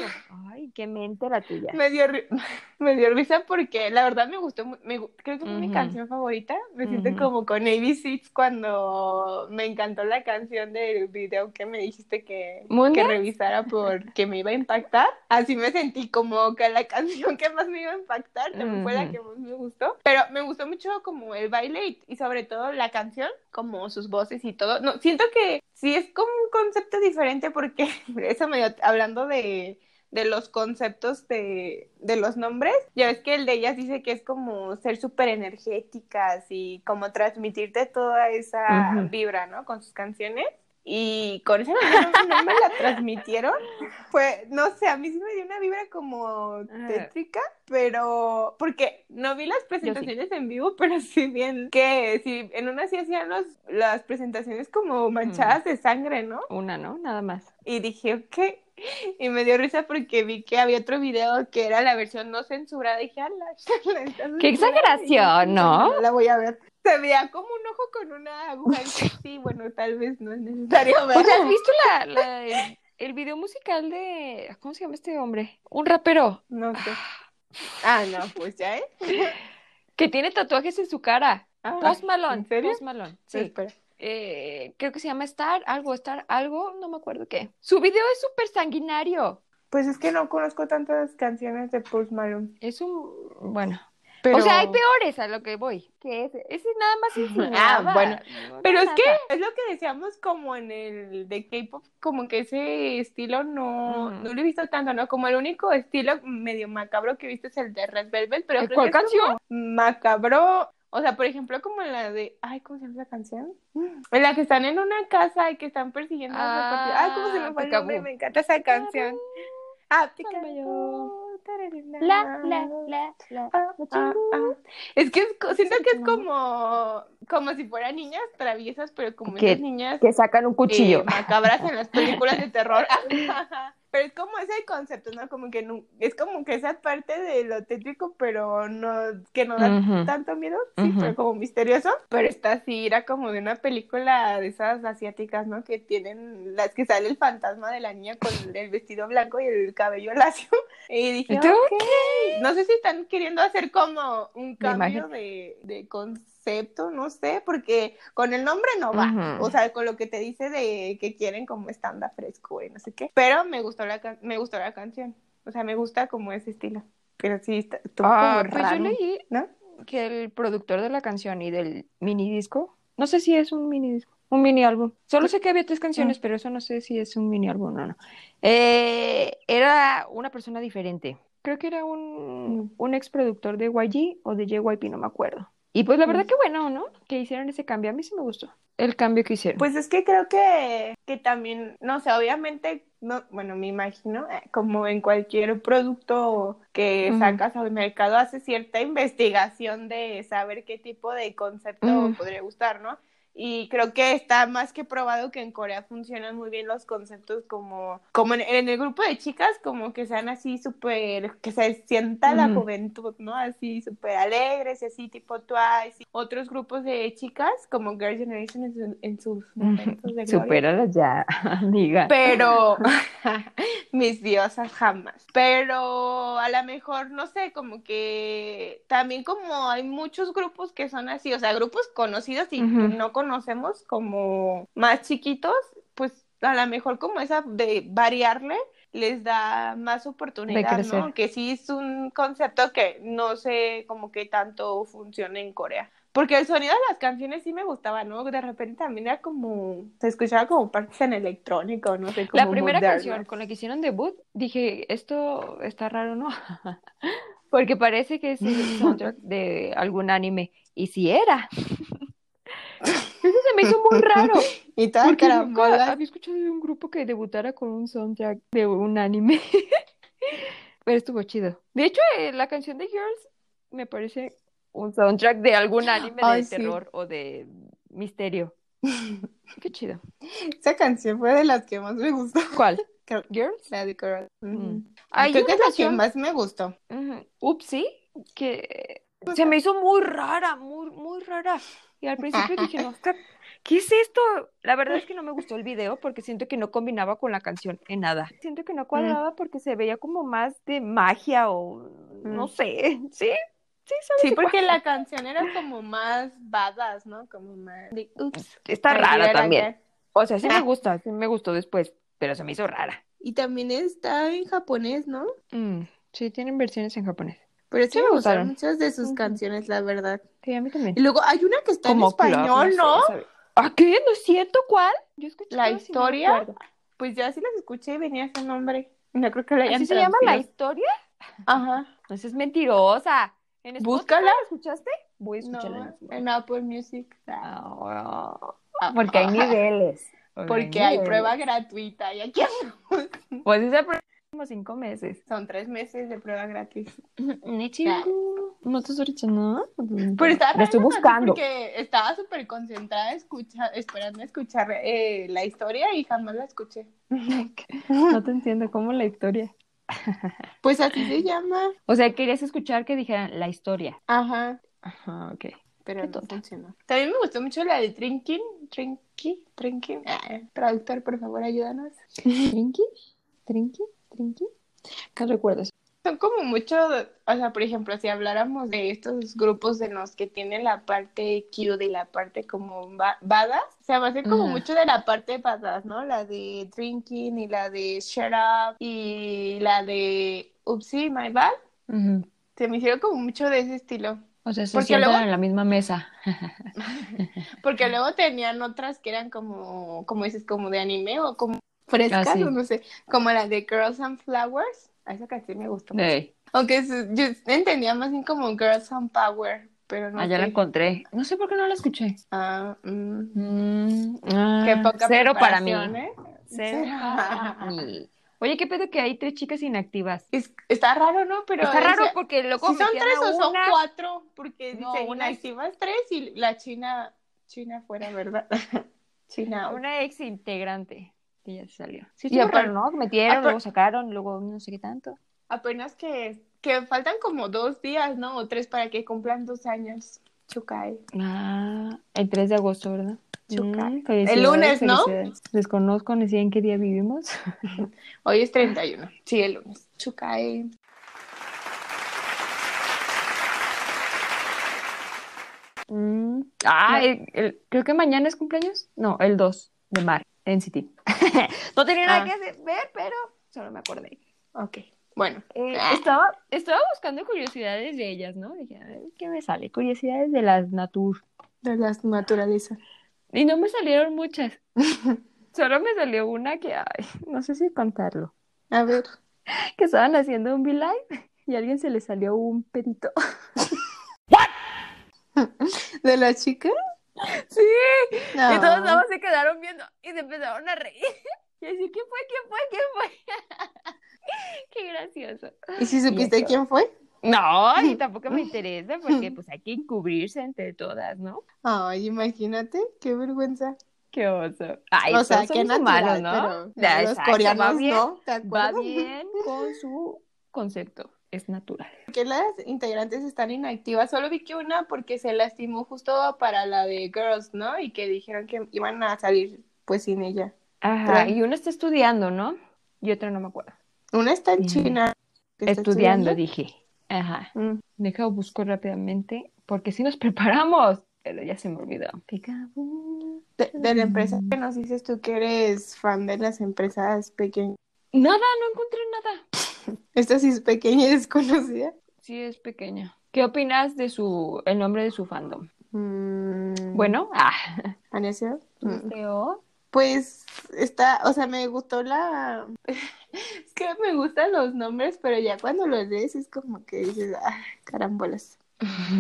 A: Ay, qué mente la tuya.
B: Me dio, ri- me dio risa porque la verdad me gustó, mu- me gu- creo que fue mi
A: Ujú.
B: canción favorita. Me siento
A: Ujú.
B: como con AB6 cuando me encantó la canción del video que me dijiste que, que
A: ¿Moonlight?
B: revisara porque me iba a impactar. Así me sentí como que la canción que más me iba a impactar también fue la
A: Ujú.
B: que más me gustó. Pero me gustó mucho como el baile y, y sobre todo la canción, como sus voces y todo. No, siento que sí es como un concepto diferente porque eso me dio, hablando de de los conceptos de, de los nombres. Ya ves que el de ellas dice que es como ser súper energéticas y como transmitirte toda esa
A: Ujú.
B: vibra, ¿no? Con sus canciones. Y con esa canción no me la transmitieron. Fue, no sé, a mí sí me dio una vibra como tétrica, pero porque no vi las presentaciones en vivo, pero sí bien que sí, en una sí hacían los, las presentaciones como manchadas de sangre, ¿no?
A: Una, ¿no? Nada más.
B: Y dije, ¿qué? Y me dio risa porque vi que había otro video que era la versión no censurada. Y dije, ¡ala! la está
A: ¡Qué
B: censurada".
A: exageración,
B: Y dije,
A: ¿no?
B: la voy a ver. Se veía como un ojo con una aguja. Y dije, sí, bueno, tal vez no es necesario
A: O sea, Pues, ¿has
B: verlo.
A: visto la, la- el, el video musical de... ¿Cómo se llama este hombre? Un rapero
B: No sé. Ah, no, pues ya, ¿eh?
A: que tiene tatuajes en su cara.
B: Ah,
A: Post Malone.
B: ¿En serio?
A: Post Malone, Pues, sí.
B: Espera.
A: Eh, creo que se llama Star, algo, Star, algo, no me acuerdo qué. Su video es súper sanguinario.
B: Pues es que no conozco tantas canciones de Post Malone.
A: Es un... Bueno.
B: Pero... Ah,
A: O sea, hay peores a lo que voy. Que ese, ese nada más insinuaba.
B: bueno. Ah,
A: No, no,
B: Pero es
A: nada.
B: que es lo que decíamos como en el de K-pop, como que ese estilo no,
A: Ujú.
B: no lo he visto tanto, ¿no? Como el único estilo medio macabro que he visto es el de Red Velvet, pero
A: ¿Eh,
B: creo
A: ¿Cuál
B: que es como
A: canción?
B: macabro, o sea, por ejemplo, como en la de, ay, ¿cómo se llama la canción? Mm, En la que están en una casa y que están persiguiendo a los repartidores. Ay, ¿cómo se me
A: Ah,
B: fue el nombre?
A: Peekaboo.
B: Me encanta esa canción. Ah,
A: Peekaboo.
B: Peekaboo, tararara.
A: La, la, la, la.
B: Ah,
A: la
B: ah,
A: chingú.
B: ah. Es que es co- siento que es
A: Ujú.
B: como, como si fueran niñas traviesas, pero como
A: Que-
B: esas niñas
A: Que sacan un cuchillo.
B: eh, macabras en las películas de terror. Ajá. pero es como ese concepto, ¿no? Como que nu- es como que esa parte de lo tétrico, pero no, que no da
A: Ujú.
B: tanto miedo, sí,
A: Ujú.
B: pero como misterioso. Pero esta sí era como de una película de esas asiáticas, ¿no? Que tienen, las que sale el fantasma de la niña con el vestido blanco y el cabello lacio. Y dije,
A: ¿Tú?
B: ok. No sé si están queriendo hacer como un
A: La imagen.
B: cambio de, de concepto, no sé, porque con el nombre no va.
A: Ujú.
B: O sea, con lo que te dice de que quieren como estándar fresco y no sé qué. Pero me gustó la, can- me gustó la canción. O sea, me gusta como ese estilo. Pero sí, está, estuvo
A: Ah,
B: como
A: pues yo
B: raro,
A: leí
B: ¿no?
A: que el productor de la canción y del mini disco, no sé si es un mini disco, un mini álbum. Solo sé que había tres
B: Ah.
A: canciones, pero eso no sé si es un mini álbum o no. Eh, era una persona diferente. Creo que era un,
B: Mm,
A: un ex productor de YG o de JYP, no me acuerdo. Y pues la
B: mm.
A: verdad que bueno, ¿no? Que hicieron ese cambio. A mí sí me gustó el cambio que hicieron.
B: Pues es que creo que, que también, no sé, obviamente, no, bueno, me imagino, eh, como en cualquier producto que
A: Ujú.
B: sacas al mercado, hace cierta investigación de saber qué tipo de concepto
A: Ujú.
B: podría gustar, ¿no? Y creo que está más que probado que en Corea funcionan muy bien los conceptos como, como en, en el grupo de chicas, como que sean así súper, que se sienta la
A: Ujú.
B: juventud, ¿no? Así súper alegres y así tipo Twice. y otros grupos de chicas como Girl Generation en, su- en sus momentos de gloria.
A: Supérala ya, amiga.
B: Pero, mis diosas jamás. Pero a lo mejor, no sé, como que también como hay muchos grupos que son así, o sea, grupos conocidos y que
A: Ujú.
B: no conocemos como más chiquitos, pues a lo mejor como esa de variarle les da más
A: De
B: oportunidad,
A: crecer.
B: ¿no? Que sí es un concepto que no sé como que tanto funciona en Corea. Porque el sonido de las canciones sí me gustaba, ¿no? De repente también era como, se escuchaba como partes en electrónico, no sé,
A: La
B: como
A: primera canción
B: modernas.
A: con la que hicieron debut, dije, esto está raro, ¿no? Porque parece que es el soundtrack de algún anime. Y si era. Eso se me hizo muy raro,
B: Y toda
A: porque nunca
B: carambolas.
A: había escuchado de un grupo que debutara con un soundtrack de un anime. Pero estuvo chido. De hecho, eh, la canción de Girls me parece un soundtrack de algún anime de
B: Ay, sí.
A: terror o de misterio. Qué chido.
B: Esa canción fue de las que más me gustó.
A: ¿Cuál?
B: Creo-
A: ¿Girls?
B: La de Coral. Ujú.
A: Mm. Hay
B: Creo
A: una
B: que es la que
A: canción-
B: más me gustó.
A: Ujú. Upsi, que se me hizo muy rara, muy, muy rara. Y al principio dije, no, está- ¿qué es esto? La verdad es que no me gustó el video porque siento que no combinaba con la canción en nada. Siento que no cuadraba porque se veía como más de magia o no
B: Mm.
A: sé. Sí, sí, sabes.
B: Sí,
A: de cuál?
B: porque la canción era como más badass, ¿no? Como más. de, Ups.
A: Está
B: me
A: rara
B: olvidé la
A: también.
B: gas.
A: O sea, sí me gusta, sí me gustó después, pero se me hizo rara.
B: Y también está en japonés, ¿no?
A: Mm, sí, tienen versiones en japonés.
B: Pero sí,
A: Sí
B: me
A: me gustaron.
B: gustaron muchas de sus
A: Ujú.
B: canciones, la verdad.
A: Sí, a mí también.
B: Y luego hay una que está en
A: Club,
B: español,
A: sé,
B: ¿no?
A: sabe- ¿Ah, qué? ¿No es cierto? ¿Cuál? Yo escuché
B: La
A: algo así, no me
B: historia.
A: acuerdo.
B: Pues ya sí las escuché y venía ese nombre. No creo que la hayan
A: ¿Así se llama la
B: traducido.
A: historia?
B: Ajá.
A: No seas mentirosa. ¿En Spotify
B: Búscala.
A: la escuchaste? Voy a escucharla en
B: No,
A: Spotify.
B: en Apple Music. Ah,
A: Ah,
B: ah,
A: Porque hay
B: ah.
A: niveles.
B: Porque hay prueba gratuita. Y aquí andamos.
A: Pues esa prueba como cinco meses.
B: Son tres meses de prueba gratis.
A: Nichigo. No te ahorita, ¿no?
B: Pero estaba
A: Lo
B: raro
A: estoy buscando.
B: porque estaba súper concentrada escucha, esperando escuchar eh, la historia y jamás la escuché.
A: No te entiendo, ¿cómo la historia?
B: Pues así se llama.
A: O sea, querías escuchar que dijeran la historia.
B: Ajá.
A: Ajá, ok.
B: Pero
A: Qué
B: no
A: tonta.
B: funcionó. También me gustó mucho la de Trinkin. Trinky, Trinkin. Ah, traductor, por favor, ayúdanos.
A: ¿Trinqui? ¿Trinqui? ¿Trinqui? ¿Qué recuerdas?
B: Son como mucho, o sea, por ejemplo, si habláramos de estos grupos en los que tienen la parte cute y la parte como ba- badass, o sea, va a ser como
A: Ajá.
B: mucho de la parte badass, ¿no? La de drinking y la de shut up y la de oopsie, my bad.
A: Ujú.
B: Se me hicieron como mucho de ese estilo.
A: O sea, se
B: Porque
A: sientan
B: luego-
A: en la misma mesa.
B: Porque luego tenían otras que eran como, como dices, como de anime o como frescas,
A: Ah, sí.
B: o no sé, como la de Girls and Flowers. A esa canción me gustó mucho.
A: Ey,
B: Aunque es- yo entendía más bien como Girls on Power, pero no
A: ah, ya la
B: sé.
A: encontré. No sé por qué no la escuché.
B: Ah, mm.
A: Mm, ah,
B: Qué poca
A: cero para mí.
B: preparación, ¿eh?
A: Cero para mí. Oye, ¿qué pedo que hay tres chicas inactivas?
B: Es- está raro, ¿no? Pero
A: Está raro
B: decía,
A: porque luego
B: si son
A: metían
B: tres
A: a
B: o son
A: una.
B: cuatro, porque
A: No,
B: dice
A: una-
B: inactivas tres y la China, China fuera, ¿verdad? China.
A: Una ex integrante que ya se salió. Sí,
B: Y
A: estuvo
B: apar-
A: raro, ¿no? Metieron,
B: apar-
A: luego sacaron, luego no sé qué tanto.
B: Apenas que, que faltan como dos días, ¿no? O tres para que cumplan dos años. Chukai.
A: Ah, el 3 de agosto, ¿verdad?
B: Chuca.
A: Mm,
B: El lunes,
A: felicidades,
B: ¿no?
A: felicidades. Desconozco ni sé en qué día vivimos.
B: Hoy es 31. Sí, el lunes. Chukai.
A: Mm, Ah,
B: No.
A: el- el- creo que mañana es cumpleaños. No, el 2 de mar, en City. no tenía nada
B: Ah.
A: que hacer- ver, pero solo me acordé.
B: Ok. Bueno.
A: Eh,
B: Ah.
A: estaba, estaba buscando curiosidades de ellas, ¿no? Dije, a ver, ¿qué me sale? Curiosidades de las Natur.
B: De la naturaleza.
A: Y no me salieron muchas. Solo me salió una que, ay, no sé si contarlo.
B: A ver.
A: Que estaban haciendo un V-Live y a alguien se le salió un pedito.
B: ¿De la chica?
A: Sí,
B: No.
A: y todos nada más se quedaron viendo y se empezaron a reír. Y así, ¿quién fue? ¿Quién fue? ¿Quién fue? Qué gracioso.
B: ¿Y si supiste
A: Y eso.
B: quién fue?
A: No, y tampoco me interesa porque pues hay que encubrirse entre todas, ¿no?
B: Ay, imagínate, qué vergüenza.
A: Qué oso. Ay,
B: o sea,
A: todos
B: qué
A: somos
B: natural,
A: humanos, ¿no?
B: pero
A: Ya,
B: no, los
A: exacto, va
B: coreanos
A: bien,
B: no, ¿te
A: va
B: acuerdas?
A: bien con su concepto, es natural.
B: Que las integrantes están inactivas. Solo vi que una porque se lastimó justo para la de Girls, ¿no? Y que dijeron que iban a salir pues sin ella.
A: Ajá,
B: Tres.
A: y uno está estudiando, ¿no? Y otra no me acuerdo.
B: Una está en
A: Ujú.
B: China. que está
A: Estudiando, dije. Ajá.
B: Mm.
A: Deja busco rápidamente, porque si nos preparamos, pero ya se me olvidó. Peekaboo.
B: De, de la empresa que nos dices tú que eres fan de las empresas pequeñas.
A: Nada, no encontré nada.
B: Esta sí es pequeña y desconocida.
A: Sí, es pequeña. ¿Qué opinas de su, el nombre de su fandom?
B: Mm.
A: Bueno, ah,
B: ¿Anecio? Mm.
A: Museo.
B: Pues está, o sea, me gustó la... es que me gustan los nombres, pero ya cuando los lees es como que dices, ah, carambolas.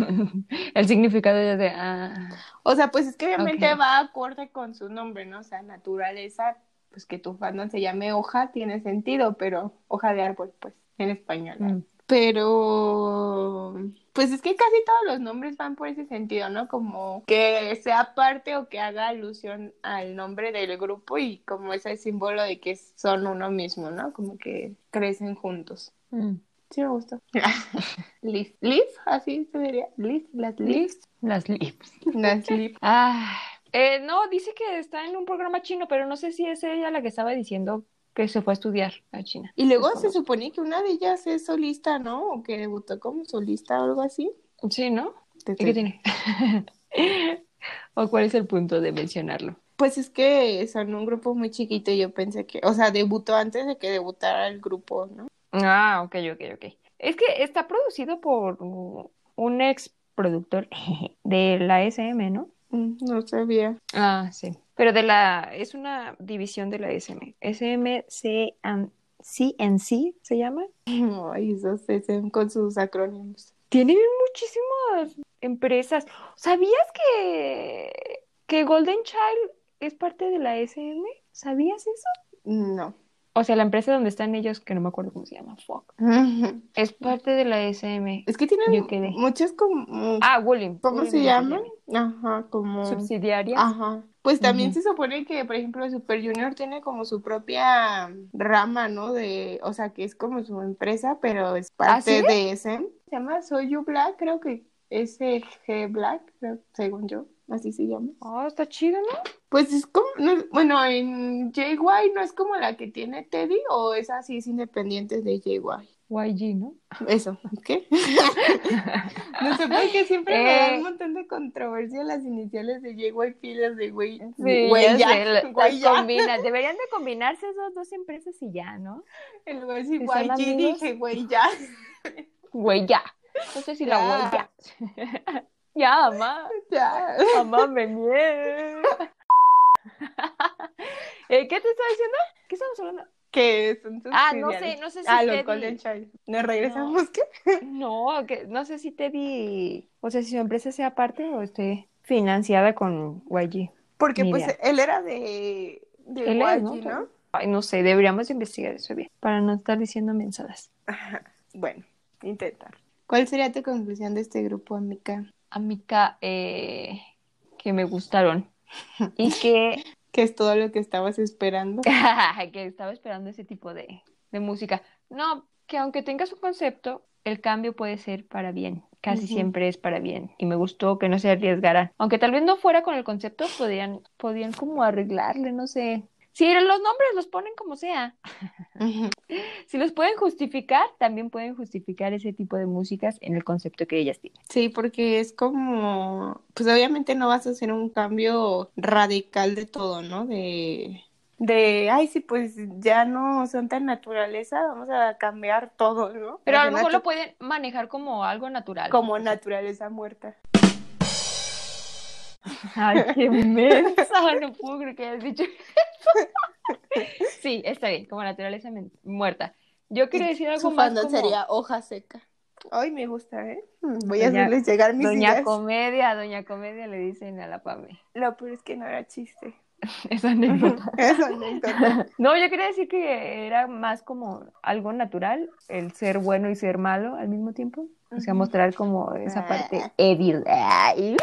A: El significado ya de... ah,
B: O sea, pues es que obviamente
A: Ok.
B: va acorde con su nombre, ¿no? O sea, naturaleza, pues que tu fandom se llame hoja tiene sentido, pero hoja de árbol, pues, en español. ¿no?
A: mm.
B: Pero Pues es que casi todos los nombres van por ese sentido, ¿no? Como que sea parte o que haga alusión al nombre del grupo y como ese símbolo de que son uno mismo, ¿no? Como que crecen juntos.
A: Mm.
B: Sí, me gustó. Liz, Liz, así se diría. Liz, las Liz,
A: Las lips.
B: las Liz.
A: Ah, eh, no, dice que está en un programa chino, pero no sé si es ella la que estaba diciendo que se fue a estudiar a China.
B: Y luego
A: Pues,
B: se supone que una de ellas es solista, ¿no? O que debutó como solista o algo así.
A: Sí, ¿no?
B: Te-
A: ¿Y qué tiene? ¿O cuál es el punto de mencionarlo?
B: Pues es que son un grupo muy chiquito y yo pensé que, o sea, debutó antes de que debutara el grupo, ¿no?
A: Ah, ok, ok, ok. Es que está producido por uh, un ex productor de la SM, ¿no?
B: Mm, No sabía.
A: Ah, sí. Pero de la, es una división de la SM. SMC and CNC se llama.
B: Ay, esos SM con sus acrónimos.
A: Tienen muchísimas empresas. ¿Sabías que, que Golden Child es parte de la SM? ¿Sabías eso?
B: No.
A: O sea, la empresa donde están ellos, que no me acuerdo cómo se llama, fuck. Es parte de la SM.
B: Es que tienen
A: Yo quedé.
B: muchas como...
A: Ah, William.
B: ¿Cómo se llaman? Ajá,
A: Mm.
B: como...
A: Subsidiaria.
B: Ajá. Pues también
A: Ujú.
B: se supone que, por ejemplo, Super Junior tiene como su propia rama, ¿no? De, o sea, que es como su empresa, pero es parte
A: ¿Ah, sí?
B: de ese. Se llama Soy You Black, creo que SG Black, creo, según yo, así se llama.
A: Oh, está chido, ¿no?
B: Pues es como, no- bueno, en JY no es como la que tiene Teddy o es así, es independiente de JY.
A: YG, ¿no?
B: Eso, ¿qué? no sé por qué siempre me
A: Eh.
B: dan un montón de controversia las iniciales de JYP y las de güey.
A: Sí,
B: güey,
A: ya
B: ya,
A: sé, la-
B: güey,
A: las
B: ya.
A: combina- Deberían de combinarse esas dos empresas y ya, ¿no?
B: En lugar de decir
A: Si son
B: YG,
A: amigos.
B: dije güey, ya.
A: Güey, ya. No sé si la
B: Ya.
A: güey ya. ya, mamá.
B: ya.
A: Mamá, me miedo. Eh, ¿Qué te estaba diciendo? ¿Qué estamos hablando?
B: Que son sus
A: Ah, no
B: filiales.
A: sé, no sé si
B: Ah,
A: Teddy-
B: lo Golden Child. ¿Nos regresamos qué?
A: No, que no sé si Teddy, o sea, si su empresa sea parte o esté financiada con YG.
B: Porque
A: Ni
B: pues
A: idea.
B: él era de, de
A: Él es,
B: YG,
A: ¿no?
B: ¿no?
A: Ay, no sé, deberíamos investigar eso bien, para no estar diciendo mensadas.
B: Bueno, intentar. ¿Cuál sería tu conclusión de este grupo, amiga?
A: Amica, eh, que me gustaron y que,
B: ¿Qué es todo lo que estabas esperando?
A: que estaba esperando ese tipo de, de música. No, que aunque tenga su concepto, el cambio puede ser para bien. Casi
B: Ujú.
A: siempre es para bien. Y me gustó que no se arriesgaran. Aunque tal vez no fuera con el concepto, podían, podían como arreglarle, no sé. Si los nombres los ponen como sea. Si los pueden justificar, también pueden justificar ese tipo de músicas en el concepto que ellas tienen.
B: Sí, porque es como, pues obviamente no vas a hacer un cambio radical de todo, ¿no? De, de, ay, sí, pues ya no son tan naturaleza, vamos a cambiar todo, ¿no?
A: Pero a
B: Para
A: lo mejor
B: natu-
A: lo pueden manejar como algo natural.
B: como naturaleza muerta.
A: Ay, qué mensa, no puedo creer que hayas dicho eso. Sí, está bien, como naturaleza men- muerta. Yo quería decir algo
B: Su
A: más
B: fandom
A: como
B: sería hoja seca. Ay, me gusta, ¿eh? Voy a
A: Doña-
B: hacerles llegar mis
A: Doña
B: ideas.
A: Comedia, Doña Comedia le dicen a la Pame.
B: Lo peor es que no era chiste.
A: Esa anécdota.
B: Eso me encanta.
A: No, yo quería decir que era más como algo natural, el ser bueno y ser malo al mismo tiempo. O sea,
B: Ujú. Ah.
A: mostrar como esa parte evil. Ay,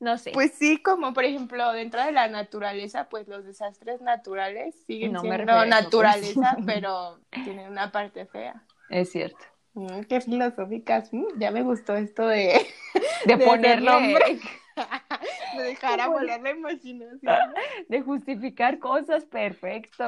A: No sé.
B: Pues sí, como por ejemplo, dentro de la naturaleza, pues los desastres naturales siguen
A: No me
B: siendo
A: refiero a eso, pues.
B: naturaleza, pero tienen una parte fea.
A: Es cierto.
B: Mm, qué filosóficas. Mm, ya me gustó esto de,
A: De
B: de
A: ponerlo,
B: nombre. de dejar a
A: Bueno.
B: volar la imaginación.
A: de justificar cosas, perfecto.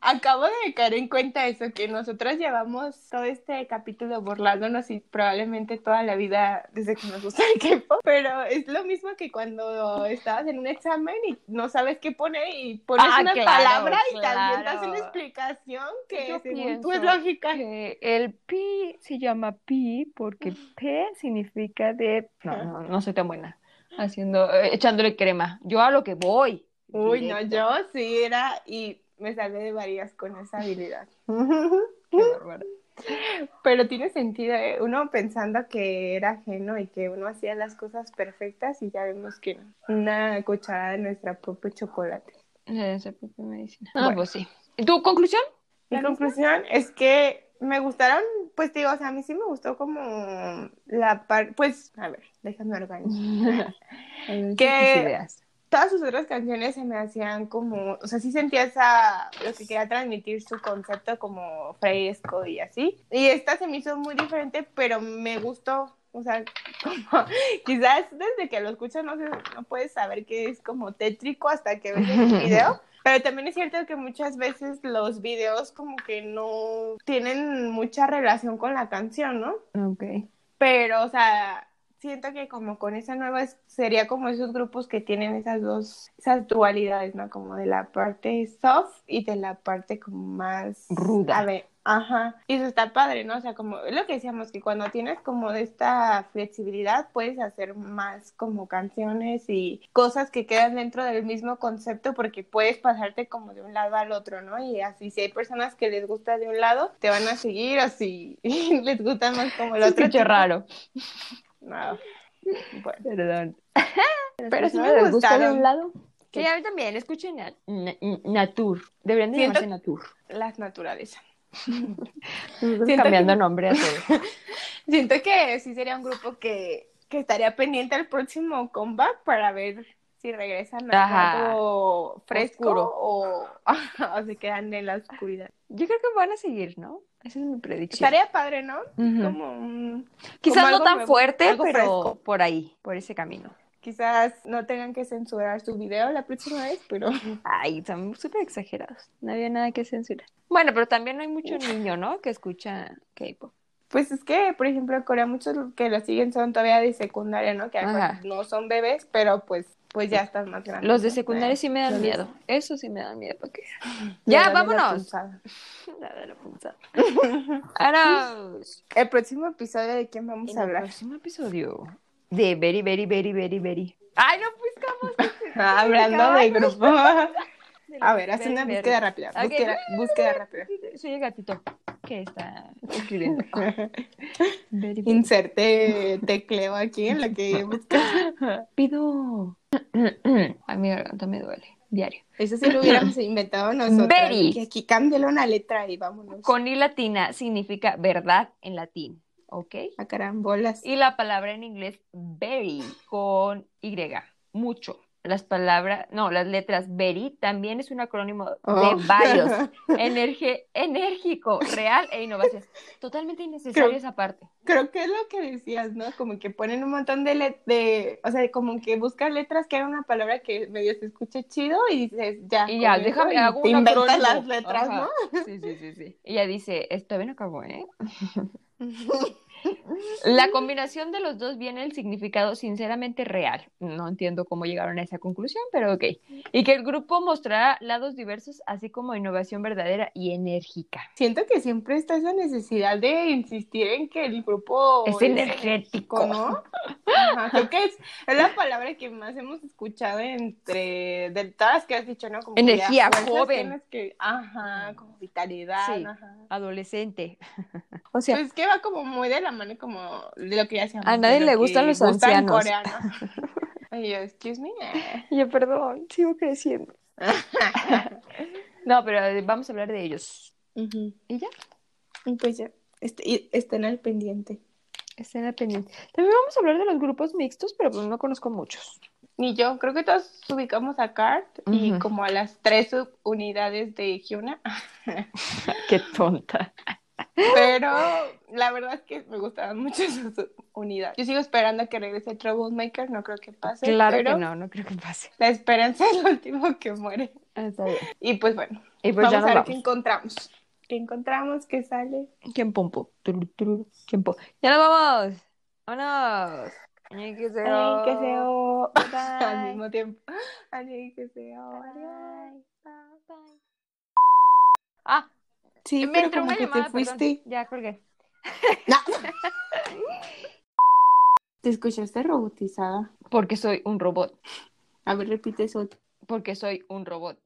B: Acabo de caer en cuenta eso, que nosotras llevamos todo este capítulo burlándonos y probablemente toda la vida desde que nos gusta el K-pop, pero es lo mismo que cuando estabas en un examen y no sabes qué poner y pones
A: Ah,
B: una
A: claro,
B: palabra y también
A: claro.
B: das una explicación que
A: Yo
B: según tú es
A: pienso
B: lógica.
A: que Eh, el pi se llama pi porque p significa de no no no soy tan buena haciendo eh, echándole crema yo a lo que voy
B: Uy, no,
A: directo.
B: yo sí era y me salvé de varias con esa habilidad.
A: Qué bárbara.
B: Pero tiene sentido, ¿eh? Uno pensando que era ajeno y que uno hacía las cosas perfectas y ya vemos que no. una cucharada de nuestra propio chocolate.
A: Esa propia medicina. Ah,
B: Bueno.
A: pues sí tu conclusión
B: Mi
A: ¿La misma?
B: conclusión es que me gustaron, pues te digo, o sea, a mí sí me gustó como la parte, pues, a ver, déjame organizar.
A: ¿Qué
B: que
A: ideas?
B: todas sus otras canciones se me hacían como, o sea, sí sentía esa, lo que quería transmitir su concepto como fresco y así. Y esta se me hizo muy diferente, pero me gustó. O sea, como, quizás desde que lo escuchas no, se- no puedes saber que es como tétrico hasta que ves el video. Pero también es cierto que muchas veces los videos como que no tienen mucha relación con la canción, ¿no?
A: Ok.
B: Pero, o sea, siento que como con esa nueva es- sería como esos grupos que tienen esas dos, esas dualidades, ¿no? Como de la parte soft y de la parte como más
A: Ruda.
B: A ver, ajá. Y eso está padre, ¿no? O sea, como es lo que decíamos, que cuando tienes como de esta flexibilidad puedes hacer más como canciones y cosas que quedan dentro del mismo concepto porque puedes pasarte como de un lado al otro, ¿no? Y así si hay personas que les gusta de un lado, te van a seguir o si les gusta más como el
A: Lo
B: otro.
A: escuché
B: tipo,
A: raro,
B: no. Bueno.
A: perdón.
B: Pero sí
A: ¿No
B: me
A: les gusta de
B: gustaron
A: un lado?
B: ¿Qué?
A: Sí, a mí también, escuchen a- Na- Natur. Deberían de
B: Siento-
A: llamarse Natur.
B: las naturalezas.
A: Siento cambiando
B: que-
A: nombre a todo.
B: Siento que sí sería un grupo que, que estaría pendiente al próximo comeback para ver si regresan
A: Ajá.
B: a algo fresco
A: Oscuro.
B: o, o se quedan en la oscuridad.
A: Yo creo que van a seguir, ¿no? Esa es mi predicción.
B: Estaría padre, ¿no?
A: Ujú.
B: Como un-
A: Quizás
B: como
A: no
B: algo
A: tan
B: nuevo,
A: fuerte,
B: algo
A: pero
B: fresco.
A: por ahí, por ese camino.
B: quizás no tengan que censurar su video la próxima vez, pero
A: Ay, están súper exagerados. No había nada que censurar. Bueno, pero también hay mucho niño, ¿no? Que escucha K-pop.
B: Pues es que, por ejemplo, en Corea muchos que lo siguen son todavía de secundaria, ¿no? Que
A: Ajá.
B: no son bebés, pero pues, pues ya están más grandes.
A: Los
B: ¿no?
A: de secundaria sí me dan
B: Los de-
A: miedo. Eso sí me dan miedo. ¿Para qué?
B: Le
A: Ya,
B: dan la
A: vámonos.
B: punzada.
A: Nada de la punzada. Adiós.
B: El próximo episodio de quién vamos
A: En
B: a
A: el
B: hablar.
A: próximo episodio de Very, Very, Very, Very, Very. Ay, no, pues cómo.
B: Ah, Hablando de grupo. A ver, haz una
A: Very,
B: búsqueda
A: very.
B: rápida.
A: Ok.
B: Búsqueda, búsqueda rápida.
A: Soy el gatito que está escribiendo. Very, very.
B: Inserte tecleo aquí en lo que buscas.
A: Pido. Ay, mi garganta me duele. Diario.
B: Eso sí lo hubiéramos inventado nosotros.
A: Very.
B: Que aquí cámbiale una letra y vámonos.
A: Con I latina significa verdad en latín. ¿Ok?
B: A carambolas.
A: Y la palabra en inglés very con Y, mucho. Las palabras, no, las letras very también es un acrónimo de
B: Oh.
A: varios. Energe, enérgico, real e innovación. Totalmente innecesaria
B: Creo-
A: esa parte.
B: Creo que es lo que decías, ¿no? Como que ponen un montón de, let- de o sea, como que buscan letras que era una palabra que medio se escucha chido y dices, ya.
A: Y ya,
B: con eso,
A: déjame,
B: y
A: hago
B: te
A: un
B: inventas
A: acrónimo.
B: las letras,
A: Ajá.
B: ¿no?
A: Sí, sí, sí, sí. Ella dice, esto bien acabó, ¿eh? La combinación de los dos viene el significado sinceramente real. No entiendo cómo llegaron a esa conclusión, pero ok. Y que el grupo mostrará lados diversos, así como innovación verdadera y enérgica.
B: Siento que siempre está esa necesidad de insistir en que el grupo
A: es energético.
B: ¿no? Ajá, creo que es, es la palabra que más hemos escuchado entre, de todas las que has dicho, ¿no? Como que
A: Energía,
B: a fuerzas
A: joven. Mm.
B: tienes que- ajá, como vitalidad,
A: Sí.
B: ajá.
A: Adolescente. O sea,
B: Pues que va como muy de la mano como de lo que ya se
A: A nadie le gustan los ancianos.
B: Y yo, excuse me.
A: yo perdón, sigo creciendo. no, pero eh, vamos a hablar de ellos. ¿Y ya?
B: Y Pues ya, est- y- estén al pendiente.
A: Estén al pendiente. También vamos a hablar de los grupos mixtos, pero pues no conozco muchos.
B: Ni yo, creo que todos ubicamos a Cart y
A: Ujú.
B: como a las tres unidades de Hyuna.
A: Qué tonta.
B: Pero la verdad es que me gustaban mucho sus unidades. Yo sigo esperando a que regrese Troublemaker, no creo que pase.
A: Claro
B: pero
A: que no, no creo que pase.
B: La esperanza es lo último que muere. Y pues bueno,
A: Y pues
B: vamos
A: ya
B: a
A: nos
B: ver
A: vamos.
B: qué encontramos. ¿Qué encontramos? ¿Qué sale?
A: ¿Quién pompo? Turur, turur. ¿Quién po- ¡Ya nos vamos! ¡Vámonos! ¡Añéqueseo!
B: Ay, que seo.
A: Bye.
B: Al mismo tiempo. Ay, que seo.
A: Bye. Ah,
B: Sí,
A: me
B: pero
A: entró
B: como
A: una
B: que
A: llamada,
B: te fuiste.
A: perdón. Ya colgué.
B: Te escuchaste robotizada.
A: Porque soy un robot.
B: A ver, repite eso.
A: Porque soy un robot.